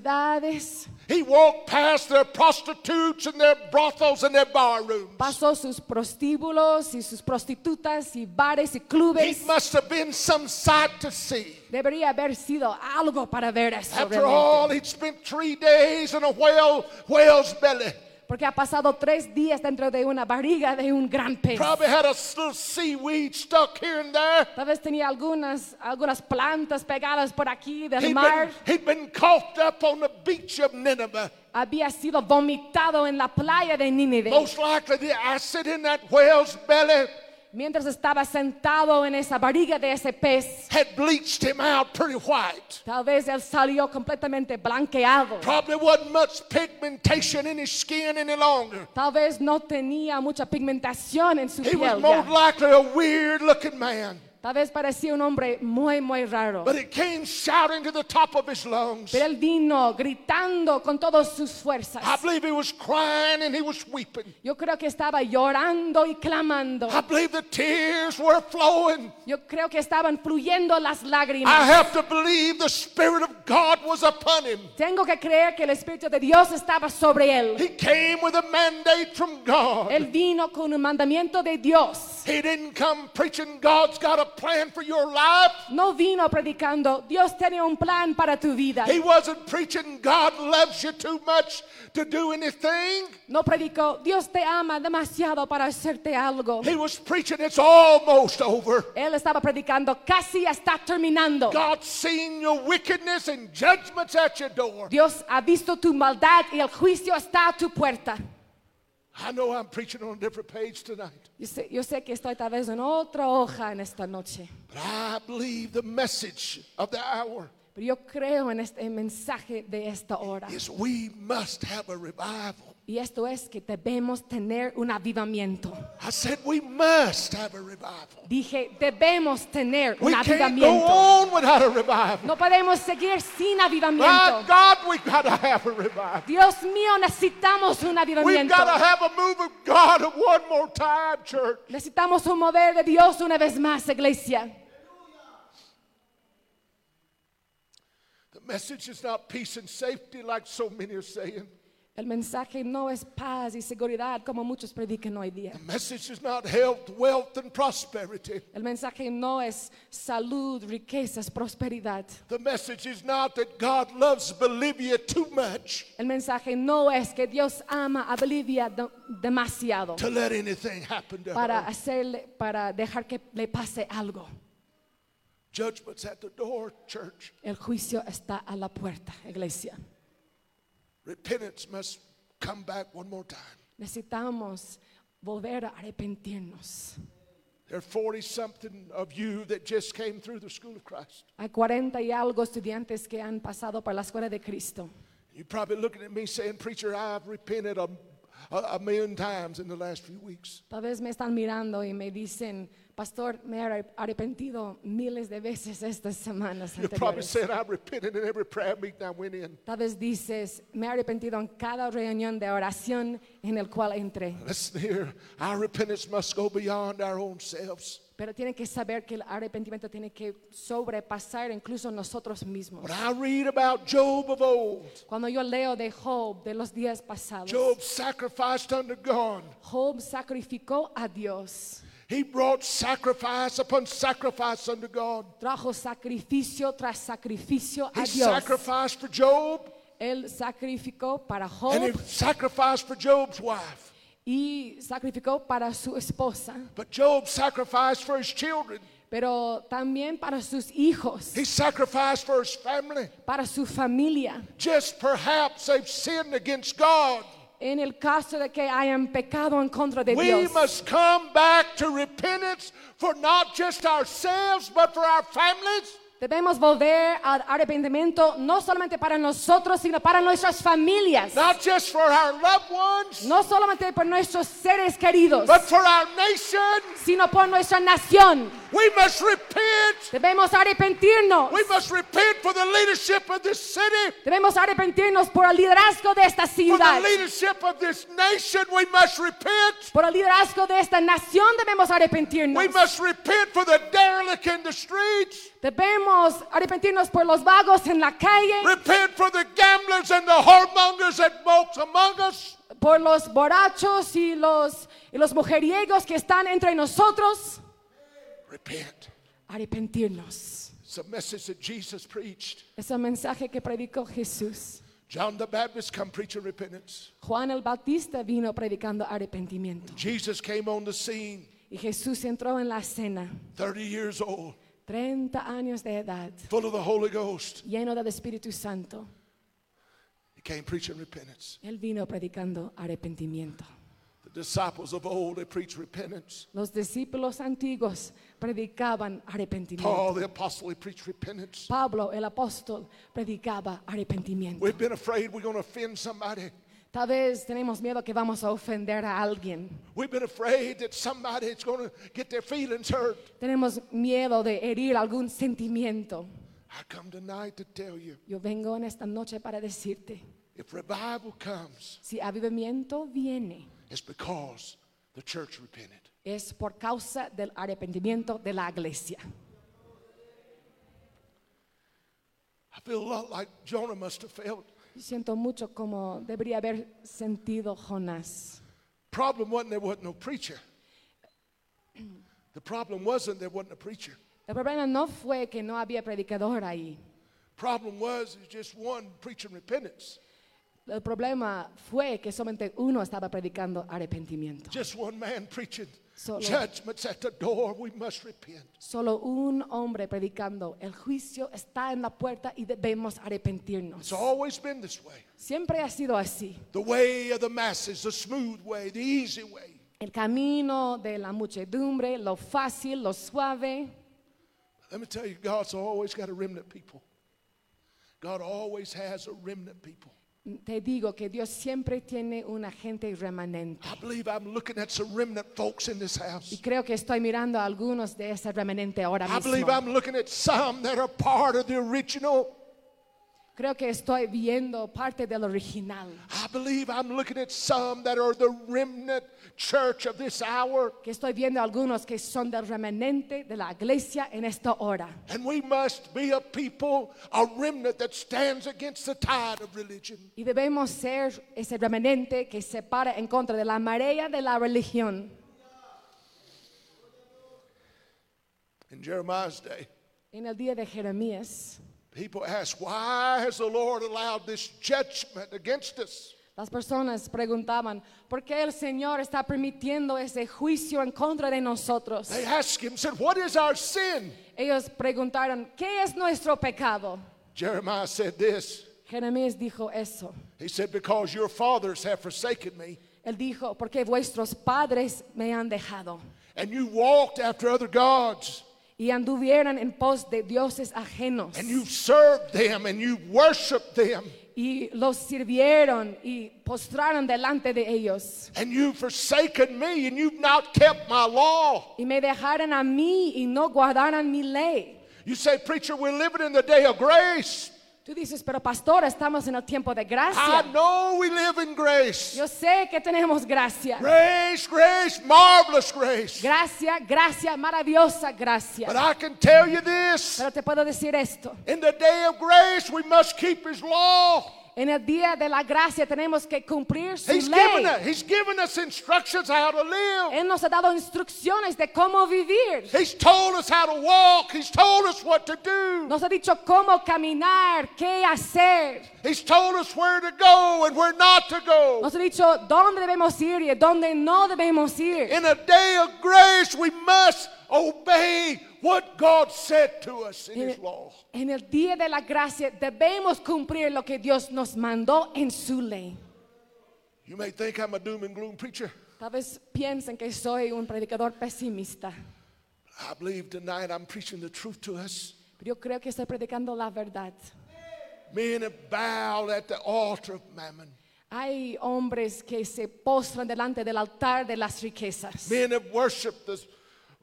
[SPEAKER 3] universidades,
[SPEAKER 2] He walked past their prostitutes and their brothels and their bar rooms.
[SPEAKER 3] pasó sus prostíbulos y sus prostitutas y bares y
[SPEAKER 2] It
[SPEAKER 3] clubes.
[SPEAKER 2] must have been some sight to see.
[SPEAKER 3] Debería haber sido algo para ver eso
[SPEAKER 2] After
[SPEAKER 3] realmente.
[SPEAKER 2] all, he'd spent three days in a whale, whale's belly.
[SPEAKER 3] Porque ha pasado tres días dentro de una barriga de un gran pez.
[SPEAKER 2] Probably had a little seaweed stuck here and there.
[SPEAKER 3] Tal vez tenía algunas, algunas plantas pegadas por aquí del
[SPEAKER 2] He'd
[SPEAKER 3] mar.
[SPEAKER 2] been, he'd been coughed up on the beach of Nineveh.
[SPEAKER 3] Había sido vomitado en la playa de Nínive.
[SPEAKER 2] Most likely the acid in that whale's belly
[SPEAKER 3] Mientras estaba sentado en esa barriga de ese pez,
[SPEAKER 2] had bleached him out pretty white.
[SPEAKER 3] tal vez él salió completamente blanqueado.
[SPEAKER 2] Probably wasn't much pigmentation in his skin any longer.
[SPEAKER 3] Tal vez no tenía mucha pigmentación en su
[SPEAKER 2] He was
[SPEAKER 3] piel.
[SPEAKER 2] most
[SPEAKER 3] ya.
[SPEAKER 2] likely a weird looking man.
[SPEAKER 3] Tal vez parecía un hombre muy, muy raro.
[SPEAKER 2] But it came shouting to the top of his lungs.
[SPEAKER 3] Pero él vino gritando con todas sus fuerzas.
[SPEAKER 2] I believe he was crying and he was weeping.
[SPEAKER 3] Yo creo que estaba llorando y clamando.
[SPEAKER 2] I believe the tears were flowing.
[SPEAKER 3] Yo creo que estaban fluyendo las
[SPEAKER 2] I
[SPEAKER 3] lágrimas.
[SPEAKER 2] have to believe the Spirit of God was upon him.
[SPEAKER 3] Tengo que creer que el Espíritu de Dios estaba sobre él.
[SPEAKER 2] He came with a mandate from God.
[SPEAKER 3] Él vino con un mandamiento de Dios.
[SPEAKER 2] He didn't come preaching God's got a plan for your life.
[SPEAKER 3] No vino predicando, Dios tenía un plan para tu vida.
[SPEAKER 2] He wasn't preaching God loves you too much to do anything.
[SPEAKER 3] No predicó, Dios te ama demasiado para hacerte algo.
[SPEAKER 2] He was preaching it's almost over.
[SPEAKER 3] Él estaba predicando, casi está terminando.
[SPEAKER 2] God's seen your wickedness and judgments at your door.
[SPEAKER 3] Dios ha visto tu maldad y el juicio está a tu puerta.
[SPEAKER 2] I know I'm preaching on a different page tonight,
[SPEAKER 3] Yo sé, yo sé que estoy tal vez en otra hoja en esta noche,
[SPEAKER 2] but I believe the message of the hour
[SPEAKER 3] pero yo creo en este mensaje de esta hora.
[SPEAKER 2] is we must have a revival.
[SPEAKER 3] Y esto es que debemos tener un avivamiento.
[SPEAKER 2] I said we must have a revival.
[SPEAKER 3] Dije, debemos tener
[SPEAKER 2] We
[SPEAKER 3] un
[SPEAKER 2] can't go
[SPEAKER 3] avivamiento.
[SPEAKER 2] on without a revival.
[SPEAKER 3] No podemos seguir sin
[SPEAKER 2] My
[SPEAKER 3] avivamiento.
[SPEAKER 2] God, we gotta have a revival.
[SPEAKER 3] Dios mío, necesitamos un
[SPEAKER 2] We've
[SPEAKER 3] avivamiento.
[SPEAKER 2] got to have a move of God one more time, church.
[SPEAKER 3] Necesitamos un mover de Dios una vez más, iglesia.
[SPEAKER 2] The message is not peace and safety like so many are saying.
[SPEAKER 3] El mensaje no es paz y seguridad como muchos predican hoy día.
[SPEAKER 2] The message is not health, wealth, and prosperity.
[SPEAKER 3] El mensaje no es salud, riquezas, prosperidad.
[SPEAKER 2] The message is not that God loves Bolivia too much
[SPEAKER 3] El mensaje no es que Dios ama a Bolivia de- demasiado
[SPEAKER 2] to let anything happen to
[SPEAKER 3] para
[SPEAKER 2] her.
[SPEAKER 3] hacerle, para dejar que le pase algo.
[SPEAKER 2] Judgment's at the door, church.
[SPEAKER 3] El juicio está a la puerta, iglesia.
[SPEAKER 2] Repentance must come back one more time.
[SPEAKER 3] Necesitamos volver a arrepentirnos.
[SPEAKER 2] There are 40 something of you that just came through the school of Christ.
[SPEAKER 3] Hay 40 y algo estudiantes que han pasado por la escuela de Cristo.
[SPEAKER 2] You're probably looking at me saying, Preacher, I've repented a, a, a million times in the last few weeks.
[SPEAKER 3] Tal vez me están mirando y me dicen, pastor, me he arre- arrepentido miles de veces estas semanas
[SPEAKER 2] You're probably
[SPEAKER 3] anteriores.
[SPEAKER 2] saying, I've repented in every prayer meeting I went in.
[SPEAKER 3] Tal vez dices, me he arrepentido en cada reunión de oración en el cual entré.
[SPEAKER 2] Listen here, our repentance must go beyond our own selves.
[SPEAKER 3] Pero tienen que saber que el arrepentimiento tiene que sobrepasar incluso nosotros mismos.
[SPEAKER 2] When I read about Job of old,
[SPEAKER 3] Cuando yo leo de Job de los días pasados,
[SPEAKER 2] Job sacrificed unto God.
[SPEAKER 3] Job sacrificó a Dios,
[SPEAKER 2] He brought sacrifice upon sacrifice unto God.
[SPEAKER 3] trajo sacrificio tras sacrificio
[SPEAKER 2] He
[SPEAKER 3] a Dios.
[SPEAKER 2] sacrificed for Job,
[SPEAKER 3] Él sacrificó para
[SPEAKER 2] and he
[SPEAKER 3] Job
[SPEAKER 2] sacrificed for Job's wife.
[SPEAKER 3] y sacrificó para su esposa,
[SPEAKER 2] But Job sacrificed for his children.
[SPEAKER 3] pero también para sus hijos,
[SPEAKER 2] He sacrificed for his family.
[SPEAKER 3] para su familia.
[SPEAKER 2] Just perhaps they've sinned against God.
[SPEAKER 3] En el caso de que hayan pecado en contra de
[SPEAKER 2] We
[SPEAKER 3] Dios,
[SPEAKER 2] must come back to repentance for not just ourselves, but for our families.
[SPEAKER 3] debemos volver al arrepentimiento no solamente para nosotros, sino para nuestras familias,
[SPEAKER 2] Not just for our loved ones,
[SPEAKER 3] no solamente por nuestros seres queridos,
[SPEAKER 2] but for our nation.
[SPEAKER 3] sino por nuestra nación.
[SPEAKER 2] We must repent.
[SPEAKER 3] Debemos arrepentirnos.
[SPEAKER 2] We must repent for the leadership of this city,
[SPEAKER 3] Debemos arrepentirnos por el liderazgo de
[SPEAKER 2] for
[SPEAKER 3] esta
[SPEAKER 2] the
[SPEAKER 3] ciudad.
[SPEAKER 2] leadership of this nation. We must repent.
[SPEAKER 3] Por el liderazgo de esta nación debemos arrepentirnos.
[SPEAKER 2] We must repent for the derelict in the streets.
[SPEAKER 3] Debemos arrepentirnos por los vagos en la calle,
[SPEAKER 2] Repent for the gamblers and the whoremongers that walks among us.
[SPEAKER 3] por los borrachos y los, y los mujeriegos que están entre nosotros.
[SPEAKER 2] Repent.
[SPEAKER 3] Arrepentirnos.
[SPEAKER 2] It's a message that Jesus preached.
[SPEAKER 3] Es el mensaje que predicó Jesús.
[SPEAKER 2] John the Baptist come preaching repentance.
[SPEAKER 3] Juan el Bautista vino predicando arrepentimiento.
[SPEAKER 2] Jesus came on the scene,
[SPEAKER 3] Y Jesús entró en la cena,
[SPEAKER 2] 30 years old,
[SPEAKER 3] 30 años de edad,
[SPEAKER 2] full of the Holy Ghost.
[SPEAKER 3] lleno del Espíritu Santo.
[SPEAKER 2] He came preaching repentance.
[SPEAKER 3] Él vino predicando arrepentimiento.
[SPEAKER 2] The disciples of old, they preached repentance.
[SPEAKER 3] Los discípulos antiguos predicaban arrepentimiento.
[SPEAKER 2] Paul the apostle, he preached repentance.
[SPEAKER 3] Pablo, el apóstol, predicaba arrepentimiento.
[SPEAKER 2] We've been afraid we're going to offend somebody.
[SPEAKER 3] Tal vez tenemos miedo que vamos a ofender a alguien.
[SPEAKER 2] We've been afraid that somebody's going to get their feelings hurt.
[SPEAKER 3] Tenemos miedo de herir algún sentimiento.
[SPEAKER 2] I come tonight to tell you
[SPEAKER 3] Yo vengo en esta noche para decirte,
[SPEAKER 2] if revival comes,
[SPEAKER 3] si avivamiento viene,
[SPEAKER 2] it's because the church repented.
[SPEAKER 3] es por causa del arrepentimiento de la iglesia.
[SPEAKER 2] I feel a lot like Jonah must have felt.
[SPEAKER 3] Siento mucho como debería haber sentido Jonás.
[SPEAKER 2] Problem wasn't there wasn't no preacher. The problem wasn't there wasn't a preacher.
[SPEAKER 3] El problema no fue que no había predicador ahí.
[SPEAKER 2] Problem was is just one preaching repentance.
[SPEAKER 3] El problema fue que solamente uno estaba predicando arrepentimiento.
[SPEAKER 2] Just one man preaching.
[SPEAKER 3] Solo-
[SPEAKER 2] Judgment's at the door. We must repent.
[SPEAKER 3] Solo un hombre predicando. El juicio está en la puerta y debemos arrepentirnos.
[SPEAKER 2] It's always been this way.
[SPEAKER 3] Siempre ha sido así.
[SPEAKER 2] The way of the masses, the smooth way, the easy way.
[SPEAKER 3] El camino de la muchedumbre, lo fácil, lo suave.
[SPEAKER 2] Let me tell you, God's always got a remnant people. God always has a remnant people.
[SPEAKER 3] Te digo que Dios siempre tiene una gente remanente.
[SPEAKER 2] I believe I'm looking at some remnant folks in this
[SPEAKER 3] Y
[SPEAKER 2] house.
[SPEAKER 3] creo que estoy mirando a algunos de esa remanente ahora
[SPEAKER 2] I believe
[SPEAKER 3] mismo.
[SPEAKER 2] I'm looking at some that are part of the original.
[SPEAKER 3] Creo que estoy viendo parte del original.
[SPEAKER 2] I believe I'm looking at some that are the remnant church of this hour.
[SPEAKER 3] Que estoy viendo algunos que son del remanente de la iglesia en esta hora.
[SPEAKER 2] And we must be a people, a remnant that stands against the tide of religion.
[SPEAKER 3] Y debemos ser ese remanente que se para en contra de la marea de la religión.
[SPEAKER 2] In Jeremiah's day,
[SPEAKER 3] En el día de Jeremías,
[SPEAKER 2] people asked, Why has the Lord allowed this judgment against us?
[SPEAKER 3] Las personas preguntaban, ¿por qué el Señor está permitiendo ese juicio en contra de nosotros?
[SPEAKER 2] They asked him, said, What is our sin?
[SPEAKER 3] Ellos preguntaron, ¿qué es nuestro pecado?
[SPEAKER 2] Jeremiah said this.
[SPEAKER 3] Jeremías dijo eso.
[SPEAKER 2] He said, Because your fathers have forsaken me,
[SPEAKER 3] Él dijo, porque vuestros padres me han dejado
[SPEAKER 2] and you walked after other gods,
[SPEAKER 3] y anduvieron en pos de dioses ajenos
[SPEAKER 2] and you served them, and you worshiped them,
[SPEAKER 3] y los sirvieron y postraron delante de ellos
[SPEAKER 2] and you've forsaken me, and you've not kept my law.
[SPEAKER 3] y me dejaron a mí y no guardaron mi ley.
[SPEAKER 2] You say, Preacher, we're living in the day of grace.
[SPEAKER 3] Tú dices, pero pastor, estamos en el tiempo de gracia.
[SPEAKER 2] I know we live in grace.
[SPEAKER 3] Yo sé que tenemos gracia.
[SPEAKER 2] Grace, grace, marvelous grace.
[SPEAKER 3] Gracia, gracia, maravillosa gracia.
[SPEAKER 2] But I can tell you this
[SPEAKER 3] Pero te puedo decir esto.
[SPEAKER 2] in the day of grace, we must keep His law.
[SPEAKER 3] En el día de la gracia tenemos que cumplir su
[SPEAKER 2] He's
[SPEAKER 3] ley.
[SPEAKER 2] given, us, he's given us instructions how to live.
[SPEAKER 3] Él nos ha dado instrucciones de cómo vivir.
[SPEAKER 2] He's told us how to walk. He's told us what to do.
[SPEAKER 3] Nos ha dicho cómo caminar, qué hacer.
[SPEAKER 2] He's told us where to go and where not to go.
[SPEAKER 3] Nos ha dicho dónde debemos ir y dónde no debemos ir.
[SPEAKER 2] In a day of grace, we must obey what God said to us in His law.
[SPEAKER 3] En el día de la gracia debemos cumplir lo que Dios nos mandó en su ley.
[SPEAKER 2] You may think I'm a doom and gloom preacher.
[SPEAKER 3] Tal vez piensen que soy un predicador pesimista,
[SPEAKER 2] I believe tonight I'm preaching the truth to us.
[SPEAKER 3] pero yo creo que estoy predicando la verdad.
[SPEAKER 2] Men have bowed at the altar of mammon.
[SPEAKER 3] Hay hombres que se postran delante del altar de las riquezas,
[SPEAKER 2] Men have worshiped the,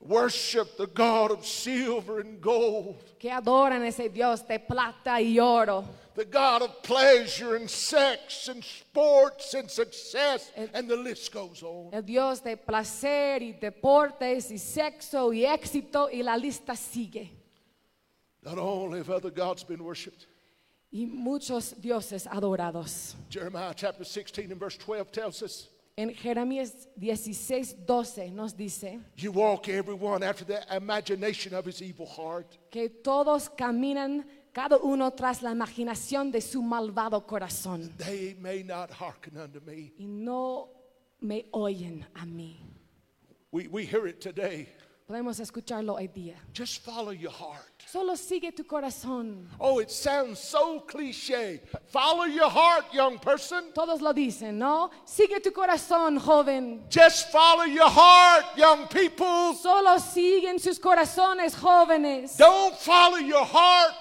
[SPEAKER 2] worshiped the God of silver and gold.
[SPEAKER 3] que adoran a ese Dios de plata y oro,
[SPEAKER 2] the God of pleasure and sex and sports and success, and the list goes on.
[SPEAKER 3] el Dios de placer y deportes y sexo y éxito y la lista sigue.
[SPEAKER 2] Not only have other gods been worshipped,
[SPEAKER 3] Y muchos dioses adorados.
[SPEAKER 2] Jeremiah chapter 16 and verse 12 tells us,
[SPEAKER 3] En Jeremías 16, 12 nos dice
[SPEAKER 2] You walk everyone after the imagination of his evil heart.
[SPEAKER 3] que todos caminan cada uno tras la imaginación de su malvado corazón.
[SPEAKER 2] They may not hearken unto me.
[SPEAKER 3] y no me oyen a mí.
[SPEAKER 2] We, we hear it today.
[SPEAKER 3] Podemos escucharlo hoy día.
[SPEAKER 2] Just follow your heart.
[SPEAKER 3] Solo sigue tu corazón.
[SPEAKER 2] Oh, it sounds so cliche. Follow your heart, young person.
[SPEAKER 3] Todos lo dicen, ¿no? Sigue tu corazón, joven.
[SPEAKER 2] Just follow your heart, young people.
[SPEAKER 3] Solo siguen sus corazones jóvenes,
[SPEAKER 2] Don't follow your heart.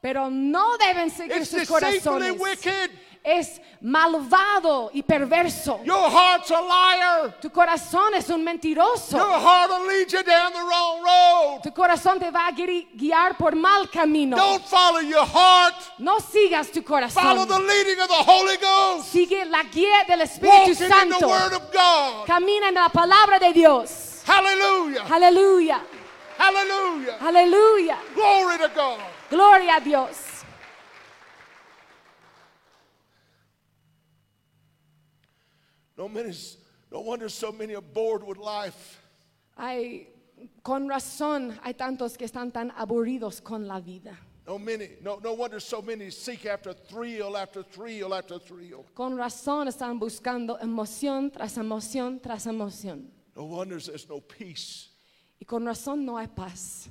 [SPEAKER 3] pero no deben seguir
[SPEAKER 2] It's
[SPEAKER 3] sus
[SPEAKER 2] deceitfully
[SPEAKER 3] corazones.
[SPEAKER 2] wicked.
[SPEAKER 3] Es malvado y perverso.
[SPEAKER 2] Your heart's a liar.
[SPEAKER 3] Tu corazón es un mentiroso.
[SPEAKER 2] Your heart will lead you down the wrong road.
[SPEAKER 3] Tu corazón te va a gui- guiar por mal camino.
[SPEAKER 2] Don't follow your heart.
[SPEAKER 3] No sigas tu
[SPEAKER 2] Follow
[SPEAKER 3] corazón.
[SPEAKER 2] the leading of the Holy Ghost.
[SPEAKER 3] Sigue la guía del
[SPEAKER 2] Walking
[SPEAKER 3] Espíritu
[SPEAKER 2] in the
[SPEAKER 3] Santo.
[SPEAKER 2] Word of God.
[SPEAKER 3] Camina en la palabra de Dios.
[SPEAKER 2] Hallelujah.
[SPEAKER 3] Aleluya,
[SPEAKER 2] Hallelujah.
[SPEAKER 3] aleluya.
[SPEAKER 2] Glory to God.
[SPEAKER 3] Gloria a Dios.
[SPEAKER 2] No, many, no wonder so many are bored with life.
[SPEAKER 3] Hay, con razón hay tantos que están tan aburridos con la vida.
[SPEAKER 2] No, many, no, no wonder so many seek after thrill after thrill after thrill.
[SPEAKER 3] Con razón están buscando emoción tras emoción tras emoción.
[SPEAKER 2] No wonders there's no peace.
[SPEAKER 3] Y con razón no hay paz.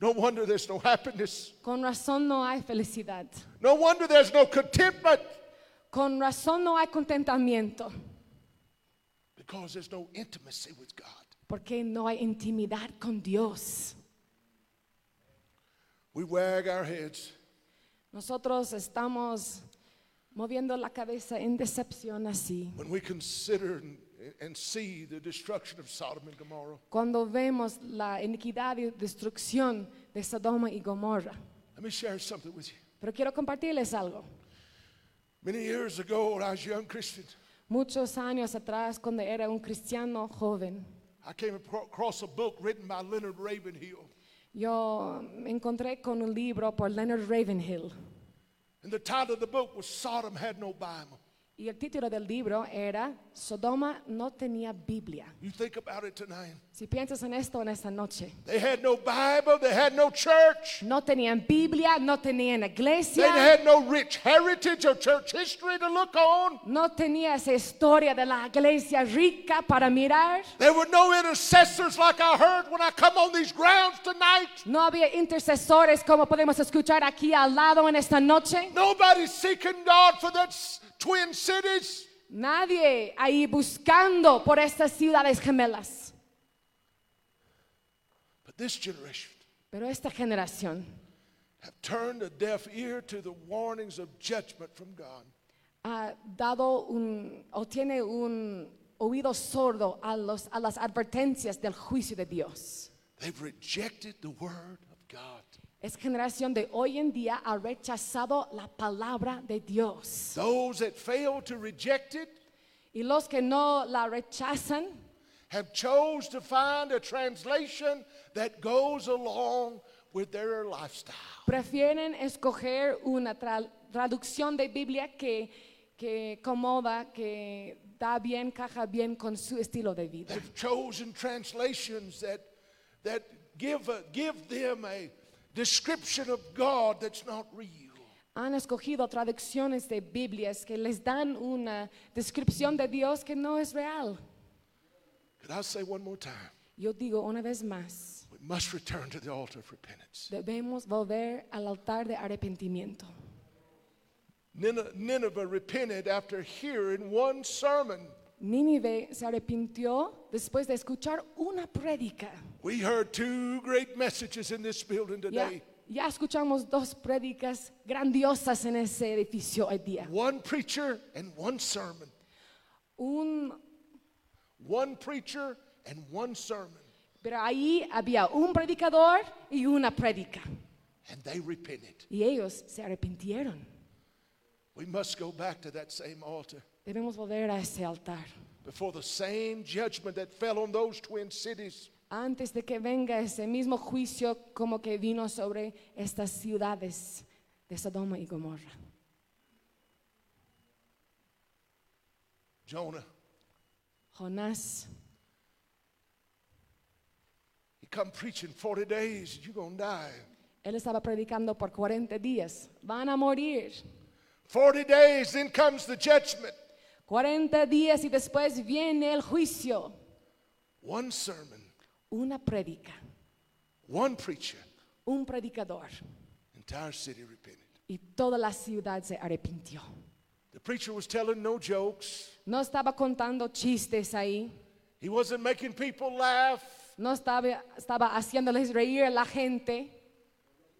[SPEAKER 2] No wonder there's no happiness.
[SPEAKER 3] Con razón no hay felicidad.
[SPEAKER 2] No wonder there's no contentment
[SPEAKER 3] Con razón no hay contentamiento.
[SPEAKER 2] because there's no intimacy with God.
[SPEAKER 3] Porque no hay intimidad con Dios.
[SPEAKER 2] We wag our heads.
[SPEAKER 3] Nosotros estamos moviendo la cabeza en decepción así.
[SPEAKER 2] when we consider and, and see the destruction of Sodom and Gomorrah.
[SPEAKER 3] cuando vemos la iniquidad y destrucción de Sodoma y Gomorra.
[SPEAKER 2] Let me share something with you.
[SPEAKER 3] Pero quiero compartirles algo.
[SPEAKER 2] Many years ago, when I was a young Christian,
[SPEAKER 3] Muchos años atrás, cuando era un cristiano joven,
[SPEAKER 2] I came acro- across a book written by Leonard Ravenhill.
[SPEAKER 3] yo me encontré con un libro por Leonard Ravenhill
[SPEAKER 2] And the title of the book was Sodom Had No Bible.
[SPEAKER 3] Y el título del libro era Sodoma no tenía Biblia.
[SPEAKER 2] You think about it tonight.
[SPEAKER 3] Si piensas en esto en esta noche,
[SPEAKER 2] They had no Bible, they had no church,
[SPEAKER 3] no tenían Biblia, no tenían
[SPEAKER 2] they
[SPEAKER 3] iglesia,
[SPEAKER 2] had no rich heritage or church history to look on.
[SPEAKER 3] no tenía esa historia de la iglesia rica para mirar.
[SPEAKER 2] There were no intercessors like I heard when I come on these grounds tonight.
[SPEAKER 3] No había intercesores como podemos escuchar aquí al lado en esta noche.
[SPEAKER 2] Nobody seeking God for that s- twin cities.
[SPEAKER 3] Nadie ahí buscando por estas ciudades gemelas.
[SPEAKER 2] But this generation
[SPEAKER 3] Pero esta generación
[SPEAKER 2] have turned a deaf ear to the warnings of judgment from God.
[SPEAKER 3] ha dado un, o tiene un oído sordo a, los, a las advertencias del juicio de Dios.
[SPEAKER 2] They've rejected the word of God.
[SPEAKER 3] Es generación de hoy en día ha rechazado la palabra de Dios.
[SPEAKER 2] Those that fail to reject it
[SPEAKER 3] Y los que no la rechazan
[SPEAKER 2] have chose to find a translation that goes along with their lifestyle.
[SPEAKER 3] prefieren escoger una tra- traducción de Biblia que, que acomoda, que da bien, caja bien con su estilo de vida.
[SPEAKER 2] They've chosen translations that that give a, give them a description of God that's not real.
[SPEAKER 3] Han escogido traducciones de Biblias que les dan una descripción de Dios que no es real.
[SPEAKER 2] Could I say one more time?
[SPEAKER 3] Yo digo una vez más,
[SPEAKER 2] We must return to the altar of repentance.
[SPEAKER 3] debemos volver al altar de arrepentimiento.
[SPEAKER 2] Nine- Nineveh repented after hearing one sermon.
[SPEAKER 3] Nínive se arrepintió después de escuchar una prédica.
[SPEAKER 2] We heard two great messages in this building
[SPEAKER 3] Ya,
[SPEAKER 2] today.
[SPEAKER 3] ya escuchamos dos prédicas grandiosas en ese edificio hoy día.
[SPEAKER 2] One preacher and one sermon.
[SPEAKER 3] Un,
[SPEAKER 2] One preacher and one sermon.
[SPEAKER 3] pero ahí había un predicador y una prédica.
[SPEAKER 2] And they repented.
[SPEAKER 3] Y ellos se arrepintieron.
[SPEAKER 2] We must go back to that same altar
[SPEAKER 3] Debemos volver a ese altar.
[SPEAKER 2] before the same judgment that fell on those twin cities.
[SPEAKER 3] antes de que venga ese mismo juicio como que vino sobre estas ciudades de Sodoma y Gomorra.
[SPEAKER 2] Jonah,
[SPEAKER 3] Jonás
[SPEAKER 2] he come preaching 40 days, you're going to die.
[SPEAKER 3] Él estaba predicando por 40 días. Van a morir.
[SPEAKER 2] 40 days, then comes the judgment.
[SPEAKER 3] 40 días y después viene el juicio.
[SPEAKER 2] One sermon,
[SPEAKER 3] Una prédica,
[SPEAKER 2] one preacher,
[SPEAKER 3] un predicador.
[SPEAKER 2] entire city repented.
[SPEAKER 3] Y toda la ciudad se arrepintió.
[SPEAKER 2] The preacher was telling no jokes.
[SPEAKER 3] No estaba contando chistes ahí.
[SPEAKER 2] He wasn't making people laugh.
[SPEAKER 3] No estaba, estaba haciéndoles reír a la gente.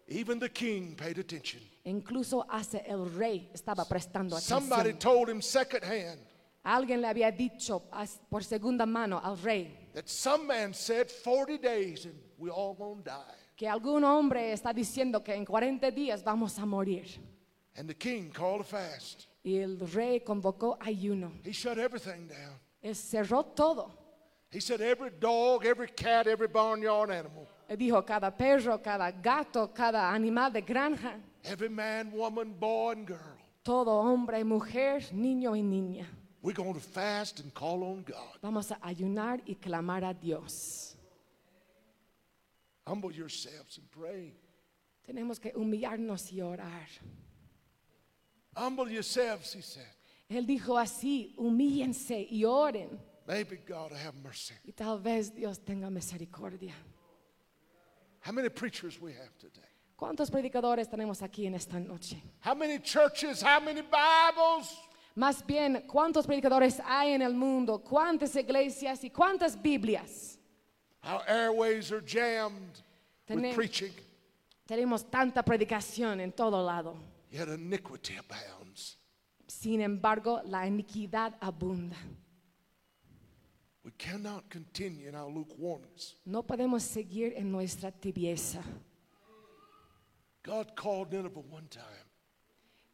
[SPEAKER 2] Even the king paid attention.
[SPEAKER 3] Incluso hasta el rey estaba prestando atención.
[SPEAKER 2] Somebody told him secondhand
[SPEAKER 3] Alguien le había dicho as- por segunda mano al rey
[SPEAKER 2] that some man said 40 days and we all gonna die.
[SPEAKER 3] que algún hombre está diciendo que en 40 días vamos a morir.
[SPEAKER 2] And the king called a fast.
[SPEAKER 3] Y el rey convocó ayuno.
[SPEAKER 2] He shut everything down.
[SPEAKER 3] Él cerró todo.
[SPEAKER 2] He said every dog, every cat, every barnyard animal,
[SPEAKER 3] Él dijo cada perro, cada gato, cada animal de granja,
[SPEAKER 2] every man, woman, boy, and girl,
[SPEAKER 3] todo hombre, mujer, niño y niña.
[SPEAKER 2] we're gonna fast and call on God.
[SPEAKER 3] Vamos a ayunar y clamar a Dios.
[SPEAKER 2] Humble yourselves and pray.
[SPEAKER 3] Tenemos que humillarnos y orar.
[SPEAKER 2] Humble yourselves, he said.
[SPEAKER 3] Él dijo así, humíllense y oren.
[SPEAKER 2] Maybe God will have mercy.
[SPEAKER 3] Y tal vez Dios tenga misericordia.
[SPEAKER 2] How many preachers we have today?
[SPEAKER 3] ¿Cuántos predicadores tenemos aquí en esta noche?
[SPEAKER 2] How many churches? How many Bibles?
[SPEAKER 3] Más bien, ¿cuántos predicadores hay en el mundo? ¿Cuántas iglesias y cuántas Biblias?
[SPEAKER 2] Our airways are jammed with
[SPEAKER 3] Tenem-
[SPEAKER 2] preaching,
[SPEAKER 3] Tenemos tanta predicación en todo lado.
[SPEAKER 2] yet iniquity abounds.
[SPEAKER 3] Sin embargo, la iniquidad abunda.
[SPEAKER 2] We cannot continue in our lukewarmness.
[SPEAKER 3] No podemos seguir en nuestra tibieza.
[SPEAKER 2] God called Nineveh one time,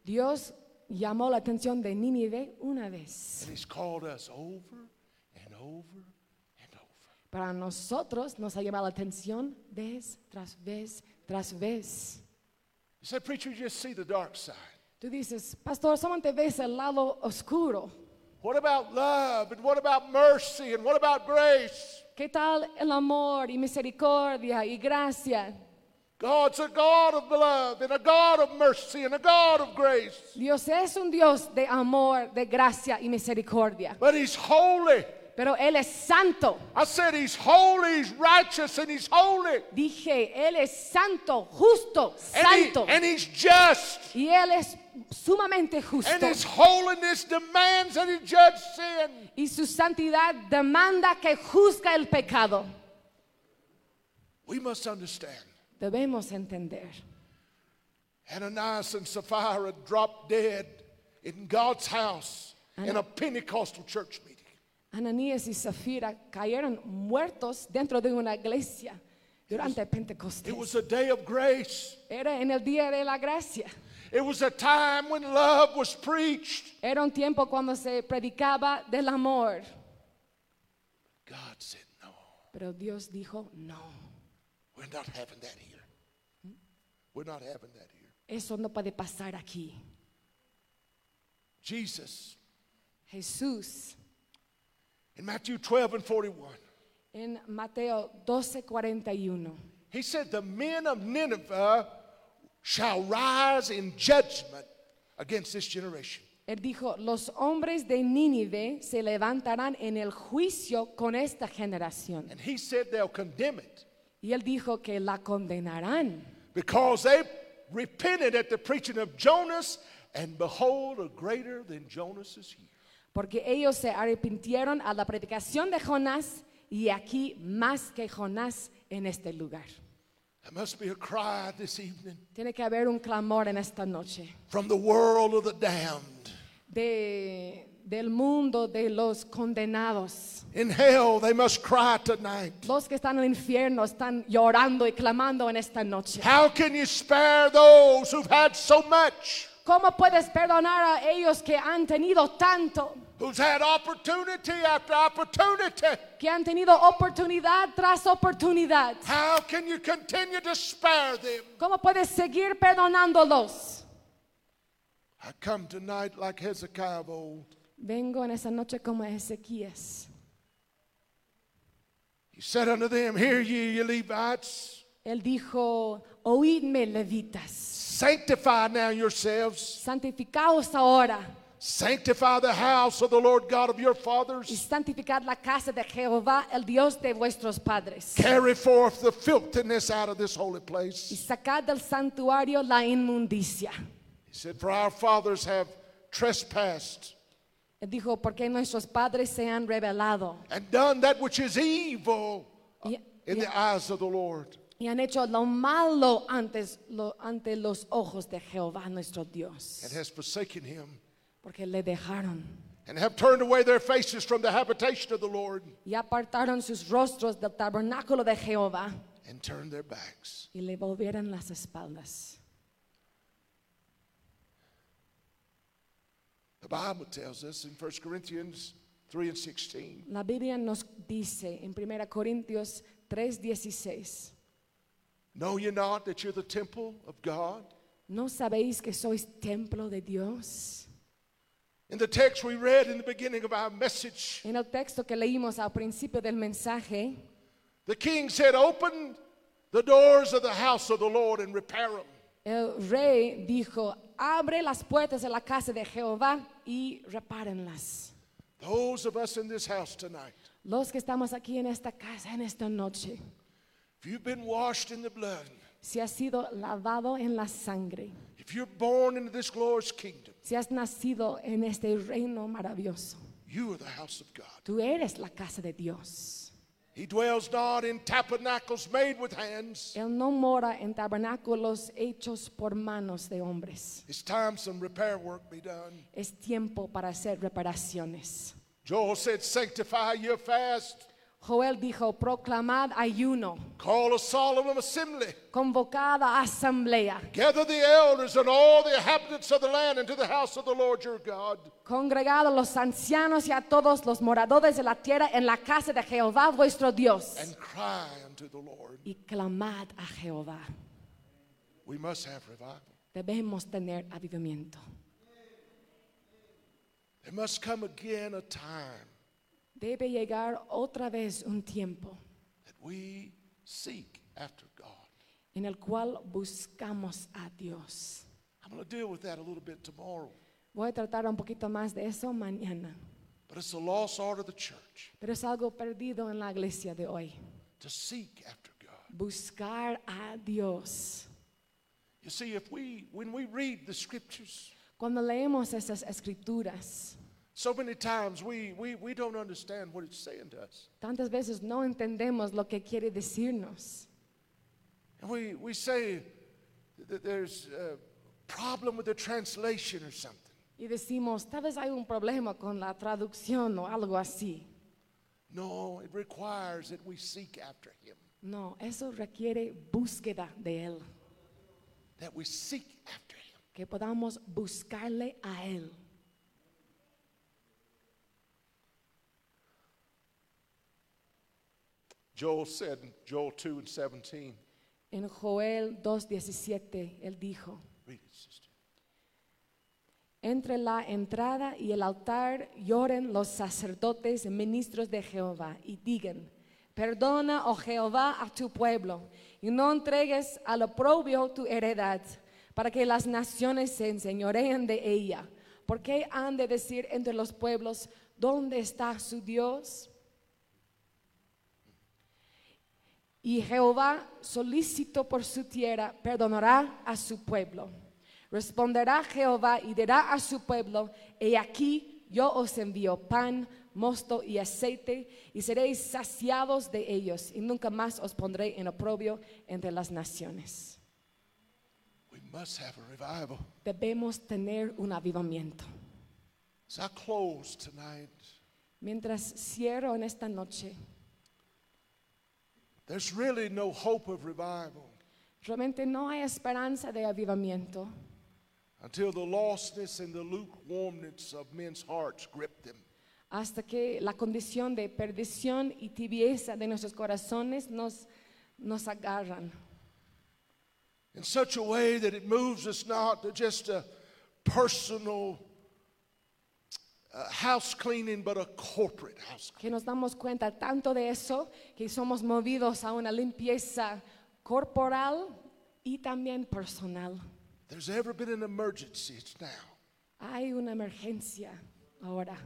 [SPEAKER 3] Dios llamó la atención de Nínive una vez.
[SPEAKER 2] and He's called us over and over and over.
[SPEAKER 3] Para nosotros nos ha llamado la atención vez tras vez tras vez.
[SPEAKER 2] You say, Preacher, you just see the dark side.
[SPEAKER 3] Tú dices, pastor, solamente ves el lado oscuro.
[SPEAKER 2] What about love? And what about mercy? And what about grace?
[SPEAKER 3] ¿Qué tal el amor y misericordia y gracia?
[SPEAKER 2] God's a God of love and a God of mercy and a God of grace.
[SPEAKER 3] Dios es un Dios de amor, de gracia y misericordia.
[SPEAKER 2] But He's holy.
[SPEAKER 3] Pero Él es santo.
[SPEAKER 2] I said He's holy, He's righteous, and He's holy.
[SPEAKER 3] Dije, Él es santo, justo,
[SPEAKER 2] And, he-
[SPEAKER 3] santo.
[SPEAKER 2] and He's just.
[SPEAKER 3] y Él es sumamente justo.
[SPEAKER 2] And His holiness demands that He judge sin.
[SPEAKER 3] y su santidad demanda que juzga el pecado.
[SPEAKER 2] We must understand.
[SPEAKER 3] Debemos entender.
[SPEAKER 2] Ananias and Sapphira dropped dead in God's house in a Pentecostal church meeting.
[SPEAKER 3] Ananías y Zafira cayeron muertos dentro de una iglesia durante Pentecostés.
[SPEAKER 2] It was a day of grace.
[SPEAKER 3] Era en el día de la gracia.
[SPEAKER 2] It was a time when love was preached.
[SPEAKER 3] Era un tiempo cuando se predicaba del amor.
[SPEAKER 2] God said, No,
[SPEAKER 3] Pero Dios dijo, no,
[SPEAKER 2] we're not having that here. We're not having that here.
[SPEAKER 3] eso no puede pasar aquí.
[SPEAKER 2] Jesus,
[SPEAKER 3] Jesús,
[SPEAKER 2] in Matthew 12 and 41,
[SPEAKER 3] en Mateo 12, 41,
[SPEAKER 2] he said, The men of Nineveh shall rise in judgment against this generation.
[SPEAKER 3] él dijo, los hombres de Nínive se levantarán en el juicio con esta generación.
[SPEAKER 2] And he said, They'll condemn it
[SPEAKER 3] Y él dijo que la condenarán.
[SPEAKER 2] because they repented at the preaching of Jonas, and behold, a greater than Jonas is here.
[SPEAKER 3] Porque ellos se arrepintieron a la predicación de Jonás y aquí más que Jonás en este lugar.
[SPEAKER 2] There must be a cry this evening
[SPEAKER 3] Tiene que haber un clamor en esta noche
[SPEAKER 2] from the world of the damned.
[SPEAKER 3] de- del mundo de los condenados.
[SPEAKER 2] In hell, they must cry tonight.
[SPEAKER 3] Los que están en el infierno están llorando y clamando en esta noche.
[SPEAKER 2] How can you spare those who've had so much,
[SPEAKER 3] ¿Cómo puedes perdonar a ellos que han tenido tanto,
[SPEAKER 2] who's had opportunity after opportunity?
[SPEAKER 3] que han tenido oportunidad tras oportunidad?
[SPEAKER 2] How can you continue to spare them?
[SPEAKER 3] ¿Cómo puedes seguir perdonándolos?
[SPEAKER 2] I come tonight like Hezekiah of old.
[SPEAKER 3] Vengo en esta noche como Ezequías.
[SPEAKER 2] He said unto them, Hear ye, ye Levites.
[SPEAKER 3] Él dijo, oídme levitas,
[SPEAKER 2] Sanctify now yourselves.
[SPEAKER 3] santificaos ahora
[SPEAKER 2] Sanctify the house of the Lord God of your
[SPEAKER 3] y
[SPEAKER 2] fathers.
[SPEAKER 3] santificad la casa de Jehová, el Dios de vuestros padres.
[SPEAKER 2] Carry forth the filthiness out of this holy
[SPEAKER 3] Y
[SPEAKER 2] place.
[SPEAKER 3] sacad del santuario la inmundicia.
[SPEAKER 2] He said, For our fathers have trespassed
[SPEAKER 3] Él dijo, porque nuestros padres se han revelado
[SPEAKER 2] and done that which is evil
[SPEAKER 3] y,
[SPEAKER 2] in the eyes of the Lord.
[SPEAKER 3] y han hecho lo malo antes, lo- ante los ojos de Jehová, nuestro Dios.
[SPEAKER 2] And has forsaken him,
[SPEAKER 3] Porque le dejaron
[SPEAKER 2] and have turned away their faces from the habitation of the Lord,
[SPEAKER 3] y apartaron sus rostros del tabernáculo de Jehová
[SPEAKER 2] and turned their backs.
[SPEAKER 3] y le volvieron las espaldas.
[SPEAKER 2] The Bible tells us in 1 Corinthians 3 and 16
[SPEAKER 3] La Biblia nos dice en 1 Corintios 3:16,
[SPEAKER 2] Know ye not that you're the temple of God?
[SPEAKER 3] ¿no sabéis que sois templo de Dios?
[SPEAKER 2] In the text we read in the beginning of our message,
[SPEAKER 3] En el texto que leímos al principio del mensaje,
[SPEAKER 2] the king said, Open the doors of the house of the Lord and repair them.
[SPEAKER 3] el rey dijo, abre las puertas de la casa de Jehová y repárenlas.
[SPEAKER 2] Those of us in this house tonight,
[SPEAKER 3] Los que estamos aquí en esta casa en esta noche,
[SPEAKER 2] if you've been washed in the blood,
[SPEAKER 3] si has sido lavado en la sangre,
[SPEAKER 2] if you're born into this glorious kingdom,
[SPEAKER 3] si has nacido en este reino maravilloso,
[SPEAKER 2] you are the house of God.
[SPEAKER 3] tú eres la casa de Dios.
[SPEAKER 2] He dwells not in tabernacles made with hands.
[SPEAKER 3] Él no mora en tabernáculos hechos por manos de hombres.
[SPEAKER 2] It's time some repair work be done.
[SPEAKER 3] Es tiempo para hacer reparaciones.
[SPEAKER 2] Joel said, Sanctify your fast,
[SPEAKER 3] Joel dijo, proclamad ayuno,
[SPEAKER 2] call a solemn assembly,
[SPEAKER 3] convocada asamblea,
[SPEAKER 2] gather the elders and all the inhabitants of the land into the house of the Lord your God.
[SPEAKER 3] congregad a los ancianos y a todos los moradores de la tierra en la casa de Jehová vuestro Dios.
[SPEAKER 2] and cry unto the Lord.
[SPEAKER 3] Y clamad a Jehová.
[SPEAKER 2] We must have revival.
[SPEAKER 3] debemos tener avivamiento.
[SPEAKER 2] There must come again a time
[SPEAKER 3] Debe llegar otra vez un tiempo
[SPEAKER 2] that we seek after God.
[SPEAKER 3] en el cual buscamos a Dios.
[SPEAKER 2] I'm going to deal with that a little bit tomorrow,
[SPEAKER 3] Voy a tratar un poquito más de eso mañana,
[SPEAKER 2] but it's the lost art of the church
[SPEAKER 3] pero es algo perdido en la iglesia de hoy.
[SPEAKER 2] to seek after God.
[SPEAKER 3] Buscar a Dios.
[SPEAKER 2] You see, if we, when we read the scriptures,
[SPEAKER 3] Cuando leemos esas escrituras,
[SPEAKER 2] so many times we, we, we don't understand what it's saying to us.
[SPEAKER 3] tantas veces no entendemos lo que quiere decirnos.
[SPEAKER 2] And we, we say that there's a problem with the translation or something.
[SPEAKER 3] Y decimos, tal vez hay un problema con la traducción o algo así.
[SPEAKER 2] No, it requires that we seek after Him,
[SPEAKER 3] No, eso requiere búsqueda de Él,
[SPEAKER 2] that we seek after Him.
[SPEAKER 3] que podamos buscarle a Él.
[SPEAKER 2] Joel said in Joel 2 and 17,
[SPEAKER 3] En Joel 2.17, Él dijo,
[SPEAKER 2] read it, sister.
[SPEAKER 3] entre la entrada y el altar lloren los sacerdotes ministros de Jehová y digan, perdona, oh Jehová, a tu pueblo y no entregues al oprobio tu heredad para que las naciones se enseñoreen de ella. porque han de decir entre los pueblos, dónde está su Dios? Y Jehová, solícito por su tierra, perdonará a su pueblo. Responderá Jehová y dirá a su pueblo, he aquí yo os envío pan, mosto y aceite, y seréis saciados de ellos, y nunca más os pondré en oprobio entre las naciones.
[SPEAKER 2] We must have a revival.
[SPEAKER 3] Debemos tener un avivamiento.
[SPEAKER 2] As I close tonight,
[SPEAKER 3] Mientras cierro en esta noche,
[SPEAKER 2] there's really no hope of revival
[SPEAKER 3] realmente no hay esperanza de avivamiento
[SPEAKER 2] until the lostness and the lukewarmness of men's hearts grip them.
[SPEAKER 3] hasta que la condición de perdición y tibieza de nuestros corazones nos, nos agarran.
[SPEAKER 2] in such a way that it moves us not to just a personal uh, house cleaning, but a corporate house cleaning.
[SPEAKER 3] que nos damos cuenta tanto de eso que somos movidos a una limpieza corporal y también personal.
[SPEAKER 2] There's ever been an emergency, it's now.
[SPEAKER 3] Hay una emergencia ahora.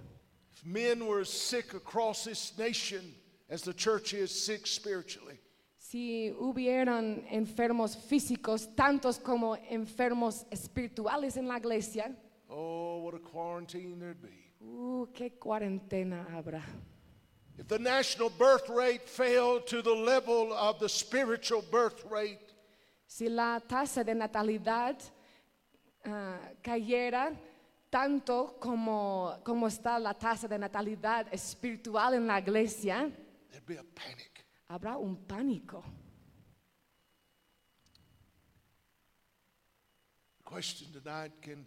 [SPEAKER 2] If men were as sick across this nation as the church is sick spiritually,
[SPEAKER 3] Si hubieran enfermos físicos, tantos como enfermos espirituales en la iglesia,
[SPEAKER 2] oh, what a quarantine there'd be.
[SPEAKER 3] ¡uh, qué cuarentena habrá!
[SPEAKER 2] If the national birth rate fell to the level of the spiritual birth rate,
[SPEAKER 3] Si la tasa de natalidad ah, cayera tanto como, como está la tasa de natalidad espiritual en la iglesia,
[SPEAKER 2] there'd be a panic.
[SPEAKER 3] habrá un pánico.
[SPEAKER 2] Question tonight can,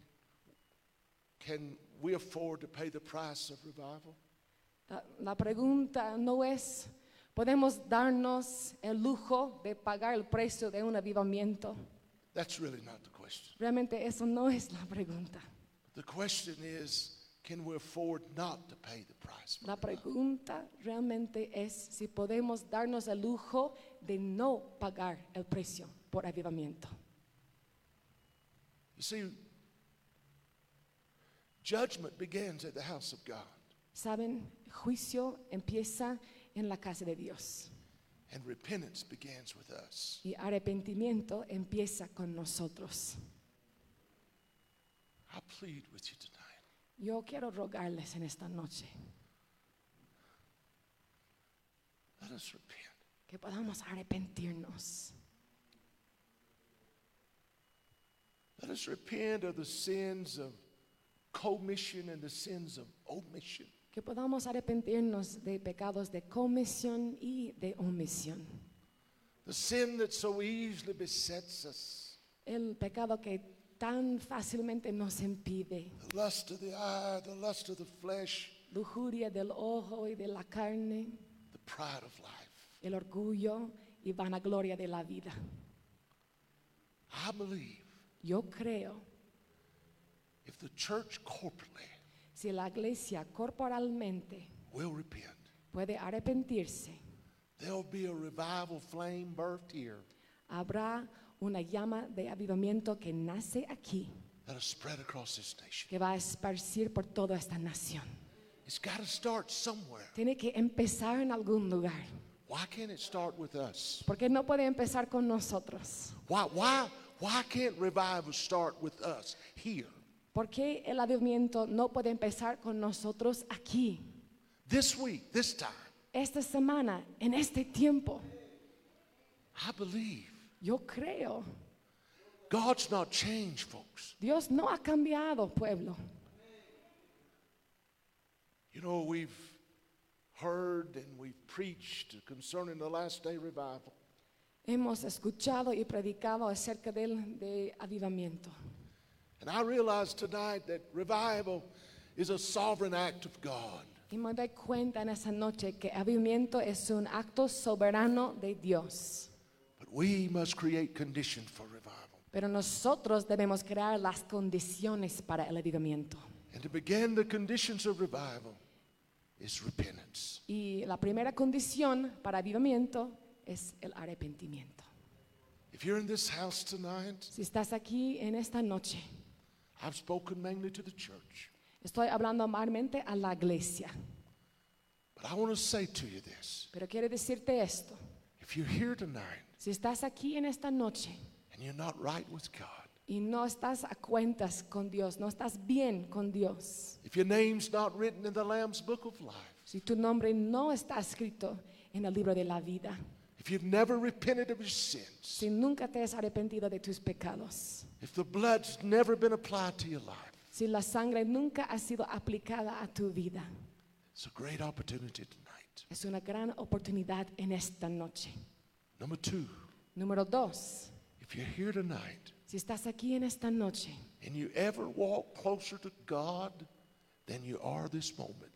[SPEAKER 2] can we afford to pay the price of revival?
[SPEAKER 3] La, la pregunta no es, ¿podemos darnos el lujo de pagar el precio de un avivamiento?
[SPEAKER 2] That's really not the question.
[SPEAKER 3] Realmente eso no es la pregunta.
[SPEAKER 2] The question is can we afford not to pay the price? for
[SPEAKER 3] La
[SPEAKER 2] revival?
[SPEAKER 3] pregunta realmente es si podemos darnos el lujo de no pagar el precio por avivamiento.
[SPEAKER 2] You see, judgment begins at the house of God,
[SPEAKER 3] Saben, juicio empieza en la casa de Dios
[SPEAKER 2] and repentance begins with us.
[SPEAKER 3] y arrepentimiento empieza con nosotros.
[SPEAKER 2] I plead with you tonight.
[SPEAKER 3] Yo quiero rogarles en esta noche
[SPEAKER 2] Let us repent.
[SPEAKER 3] que podamos arrepentirnos.
[SPEAKER 2] Let us repent of the sins of commission and the sins of omission.
[SPEAKER 3] Que podamos arrepentirnos de pecados de comisión y de omisión.
[SPEAKER 2] The sin that so easily besets us,
[SPEAKER 3] El pecado que tan fácilmente nos impide.
[SPEAKER 2] the lust of the eye, the lust of the flesh,
[SPEAKER 3] Lujuria del ojo y de la carne.
[SPEAKER 2] the pride of life.
[SPEAKER 3] El orgullo y vanagloria de la vida.
[SPEAKER 2] I believe
[SPEAKER 3] Yo creo,
[SPEAKER 2] If the church corporately
[SPEAKER 3] si la iglesia corporalmente
[SPEAKER 2] will repent,
[SPEAKER 3] puede arrepentirse,
[SPEAKER 2] there'll be a revival flame birthed here
[SPEAKER 3] habrá una llama de avivamiento que nace aquí,
[SPEAKER 2] that'll spread across this nation.
[SPEAKER 3] que va a esparcir por toda esta nación.
[SPEAKER 2] It's got to start somewhere.
[SPEAKER 3] Tiene que empezar en algún lugar.
[SPEAKER 2] Why can't it start with us?
[SPEAKER 3] ¿Por qué no puede empezar con nosotros?
[SPEAKER 2] Why, why, why can't revival start with us here?
[SPEAKER 3] ¿Por qué el avivamiento no puede empezar con nosotros aquí?
[SPEAKER 2] This week, this time,
[SPEAKER 3] Esta semana, en este tiempo,
[SPEAKER 2] I believe
[SPEAKER 3] yo creo,
[SPEAKER 2] God's not changed, folks.
[SPEAKER 3] Dios no ha cambiado, pueblo.
[SPEAKER 2] You know, we've heard and we've preached concerning the last day revival.
[SPEAKER 3] Hemos escuchado y predicado acerca del de avivamiento.
[SPEAKER 2] And I realize tonight that revival is a sovereign act of God.
[SPEAKER 3] Y me doy cuenta en esa noche que avivamiento es un acto soberano de Dios.
[SPEAKER 2] But we must create condition for revival.
[SPEAKER 3] Pero nosotros debemos crear las condiciones para el avivamiento.
[SPEAKER 2] And to begin the conditions of revival is repentance.
[SPEAKER 3] Y la primera condición para avivamiento es el arrepentimiento.
[SPEAKER 2] If you're in this house tonight,
[SPEAKER 3] Si estás aquí en esta noche,
[SPEAKER 2] I've spoken mainly to the church.
[SPEAKER 3] estoy hablando amarmente a la iglesia,
[SPEAKER 2] But I want to say to you this.
[SPEAKER 3] pero quiero decirte esto.
[SPEAKER 2] If you're here tonight
[SPEAKER 3] Si estás aquí en esta noche
[SPEAKER 2] and you're not right with God,
[SPEAKER 3] y no estás a cuentas con Dios, no estás bien con Dios,
[SPEAKER 2] if your name's not written in the Lamb's book of life,
[SPEAKER 3] si tu nombre no está escrito en el libro de la vida,
[SPEAKER 2] if you've never repented of your sins,
[SPEAKER 3] si nunca te has arrepentido de tus pecados,
[SPEAKER 2] if the blood's never been applied to your life,
[SPEAKER 3] si la sangre nunca ha sido aplicada a tu vida,
[SPEAKER 2] it's a great opportunity tonight.
[SPEAKER 3] es una gran oportunidad en esta noche.
[SPEAKER 2] Number two,
[SPEAKER 3] Número dos,
[SPEAKER 2] if you're here tonight
[SPEAKER 3] si estás aquí en esta noche
[SPEAKER 2] and you ever walk closer to God than you are this moment,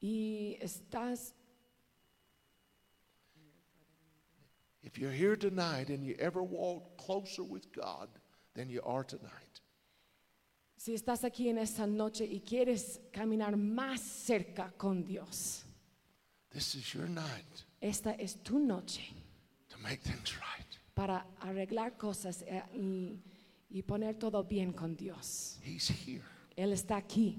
[SPEAKER 3] y estás,
[SPEAKER 2] if you're here tonight and you ever walk closer with God than you are tonight,
[SPEAKER 3] si estás aquí en esta noche y quieres caminar más cerca con Dios,
[SPEAKER 2] this is your night
[SPEAKER 3] esta es tu noche
[SPEAKER 2] to make things right.
[SPEAKER 3] para arreglar cosas eh, y- y poner todo bien con Dios.
[SPEAKER 2] He's here.
[SPEAKER 3] Él está aquí.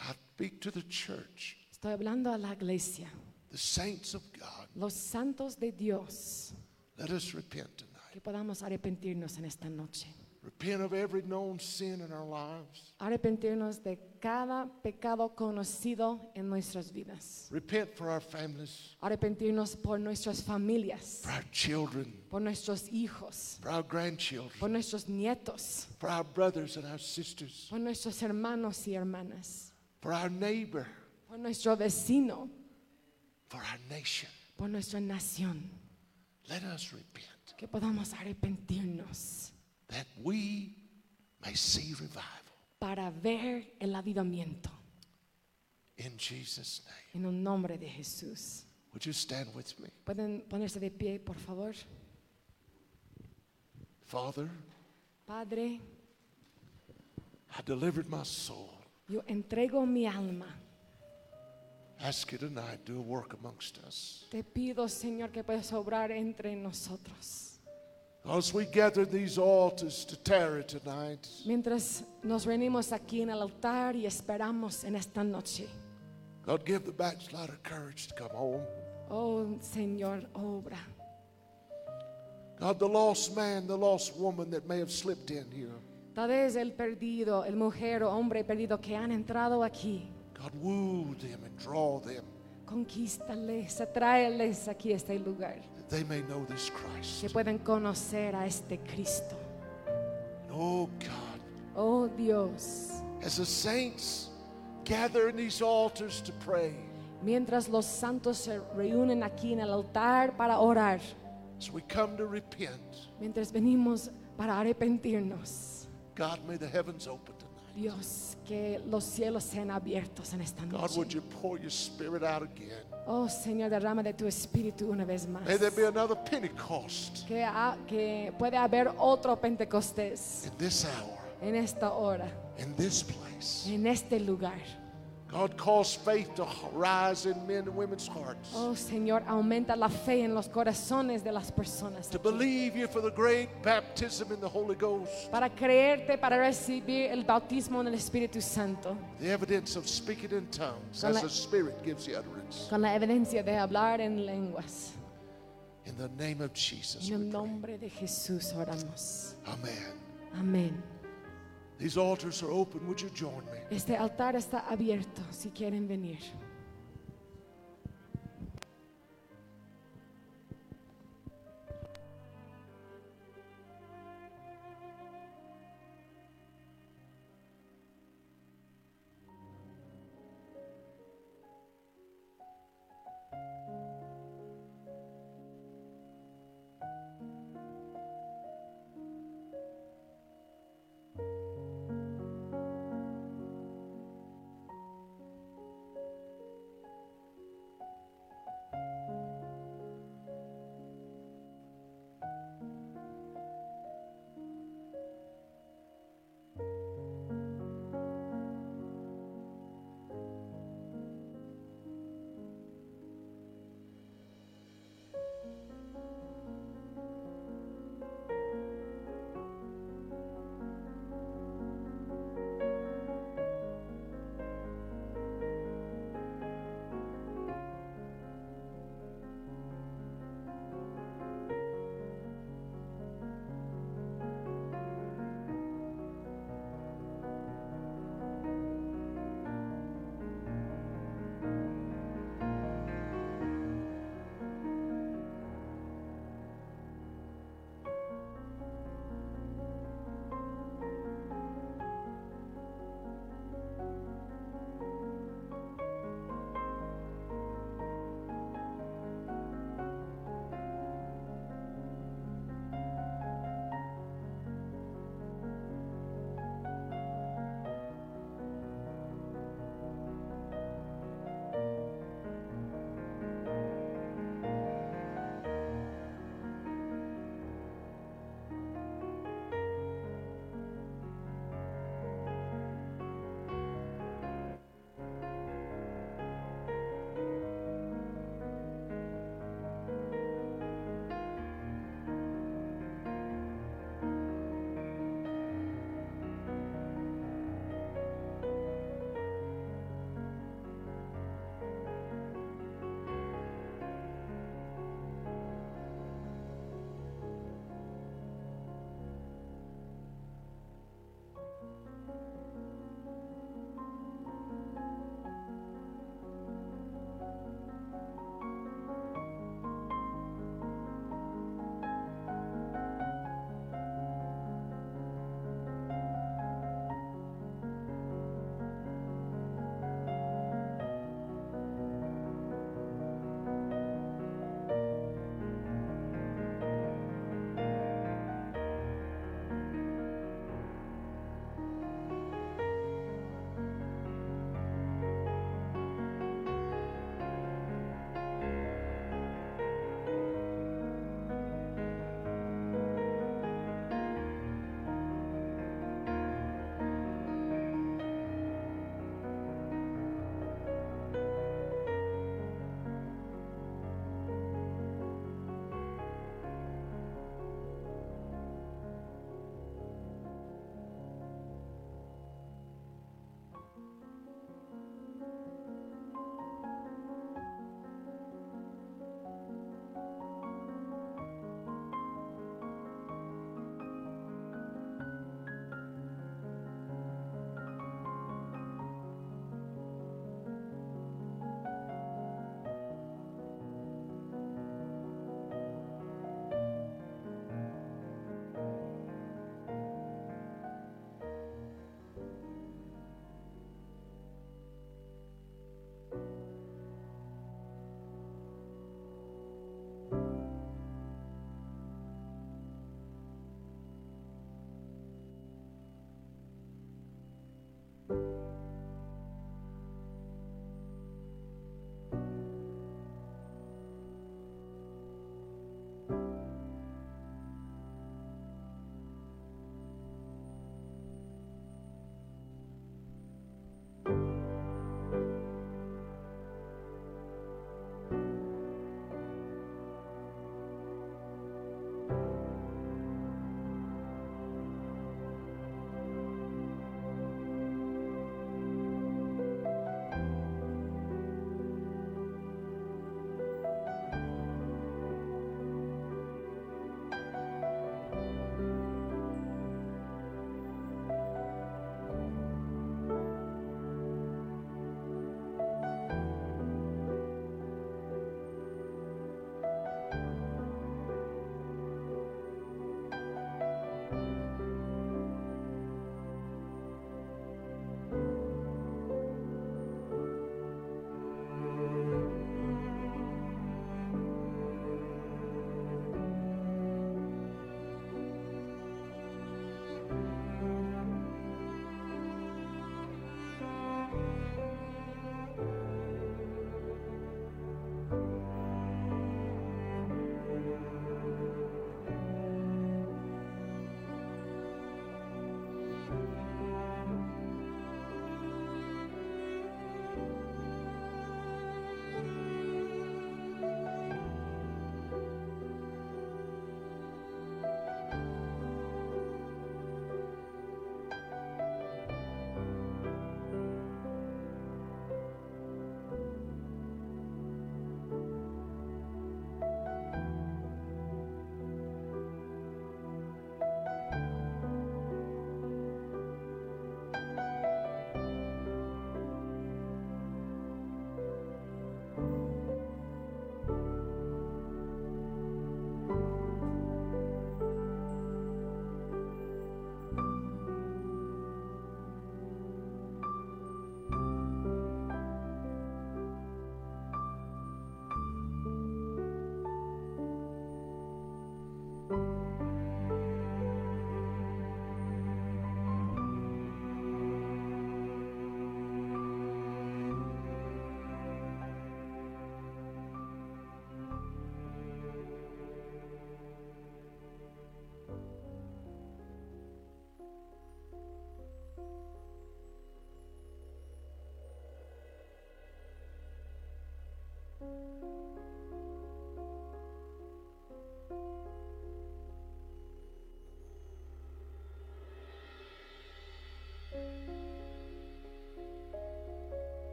[SPEAKER 2] I speak to the church,
[SPEAKER 3] Estoy hablando a la iglesia.
[SPEAKER 2] the saints of God.
[SPEAKER 3] Los santos de Dios,
[SPEAKER 2] Let us repent tonight.
[SPEAKER 3] que podamos arrepentirnos en esta noche.
[SPEAKER 2] Repent of every known sin in our lives.
[SPEAKER 3] Arrepentirnos de cada pecado conocido en nuestras vidas.
[SPEAKER 2] Repent for our families,
[SPEAKER 3] Arrepentirnos por nuestras familias,
[SPEAKER 2] for our children,
[SPEAKER 3] por nuestros hijos,
[SPEAKER 2] for our grandchildren,
[SPEAKER 3] por nuestros nietos,
[SPEAKER 2] for our brothers and our sisters,
[SPEAKER 3] por nuestros hermanos y hermanas,
[SPEAKER 2] for our neighbor,
[SPEAKER 3] por nuestro vecino,
[SPEAKER 2] for our nation.
[SPEAKER 3] por nuestra nación.
[SPEAKER 2] Let us repent
[SPEAKER 3] Que podamos arrepentirnos
[SPEAKER 2] that we may see revival
[SPEAKER 3] para ver el avivamiento
[SPEAKER 2] in Jesus' name.
[SPEAKER 3] en el nombre de Jesús.
[SPEAKER 2] Would you stand with me?
[SPEAKER 3] Pueden ponerse de pie, por favor.
[SPEAKER 2] Father,
[SPEAKER 3] Padre,
[SPEAKER 2] I delivered my soul.
[SPEAKER 3] yo entrego mi alma.
[SPEAKER 2] Ask you tonight, do a work amongst us.
[SPEAKER 3] Te pido, Señor, que puedas obrar entre nosotros.
[SPEAKER 2] As we gather these altars to tarry tonight,
[SPEAKER 3] Mientras nos reunimos aquí en el altar y esperamos en esta noche.
[SPEAKER 2] God, give the backslider courage to come home.
[SPEAKER 3] Oh, Señor, obra.
[SPEAKER 2] God, the lost man, the lost woman that may have slipped in here,
[SPEAKER 3] Tal vez el perdido, el mujer o hombre perdido que han entrado aquí,
[SPEAKER 2] God, woo them and draw them
[SPEAKER 3] conquístales, atráeles aquí a este lugar.
[SPEAKER 2] that they may know this Christ.
[SPEAKER 3] Que puedan conocer a este Cristo.
[SPEAKER 2] And oh, God,
[SPEAKER 3] Oh, Dios.
[SPEAKER 2] as the saints gather in these altars to pray,
[SPEAKER 3] Mientras los santos se reúnen aquí en el altar para orar,
[SPEAKER 2] as we come to repent,
[SPEAKER 3] mientras venimos para arrepentirnos,
[SPEAKER 2] God, may the heavens open tonight.
[SPEAKER 3] Dios, que los cielos sean abiertos en esta
[SPEAKER 2] God, would
[SPEAKER 3] noche.
[SPEAKER 2] you pour your spirit out again?
[SPEAKER 3] Oh Señor, derrama de tu espíritu una vez más.
[SPEAKER 2] May there be another Pentecost
[SPEAKER 3] Que, ha- que puede haber otro Pentecostés
[SPEAKER 2] in this hour,
[SPEAKER 3] en esta hora,
[SPEAKER 2] in this place.
[SPEAKER 3] en este lugar.
[SPEAKER 2] God calls faith to rise in men and women's hearts.
[SPEAKER 3] Oh Señor, aumenta la fe en los corazones de las personas.
[SPEAKER 2] To believe you for the great baptism in the Holy Ghost,
[SPEAKER 3] Para creerte, para recibir el bautismo en el Espíritu Santo.
[SPEAKER 2] the evidence of speaking in tongues as the Spirit gives the utterance.
[SPEAKER 3] Con la evidencia de hablar en lenguas.
[SPEAKER 2] In the name of Jesus,
[SPEAKER 3] En
[SPEAKER 2] we pray.
[SPEAKER 3] el nombre de Jesús oramos.
[SPEAKER 2] Amen.
[SPEAKER 3] Amén.
[SPEAKER 2] These altars are open. Would you join me?
[SPEAKER 3] Este altar está abierto si quieren venir.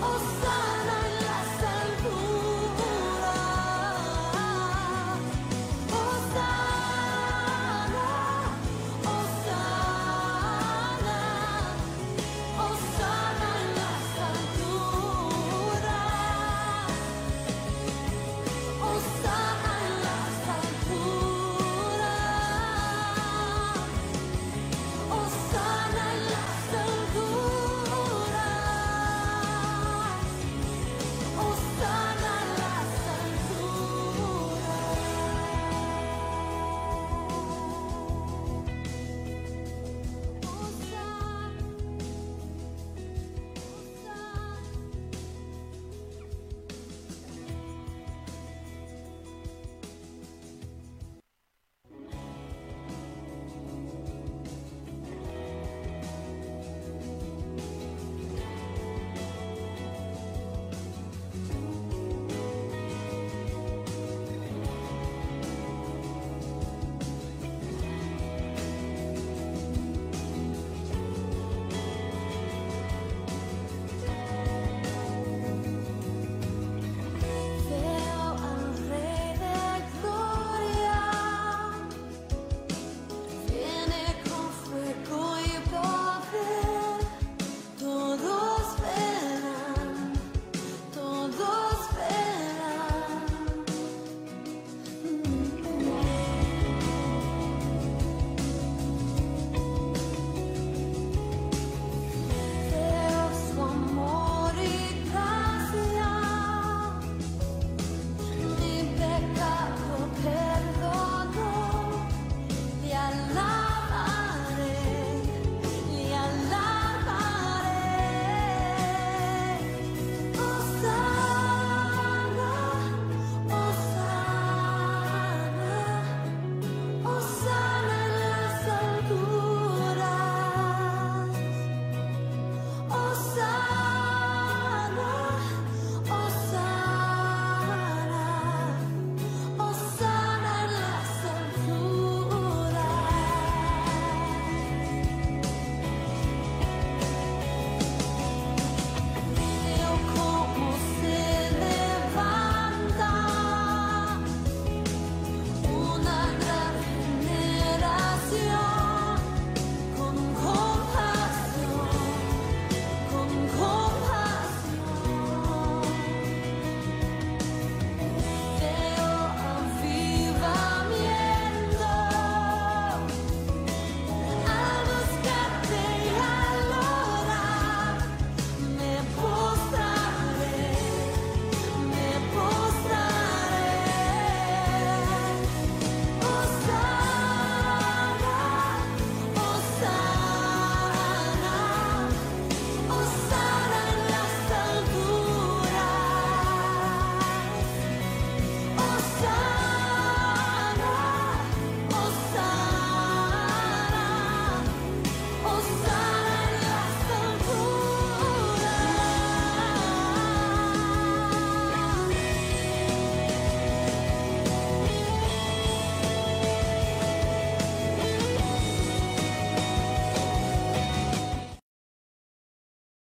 [SPEAKER 4] Son.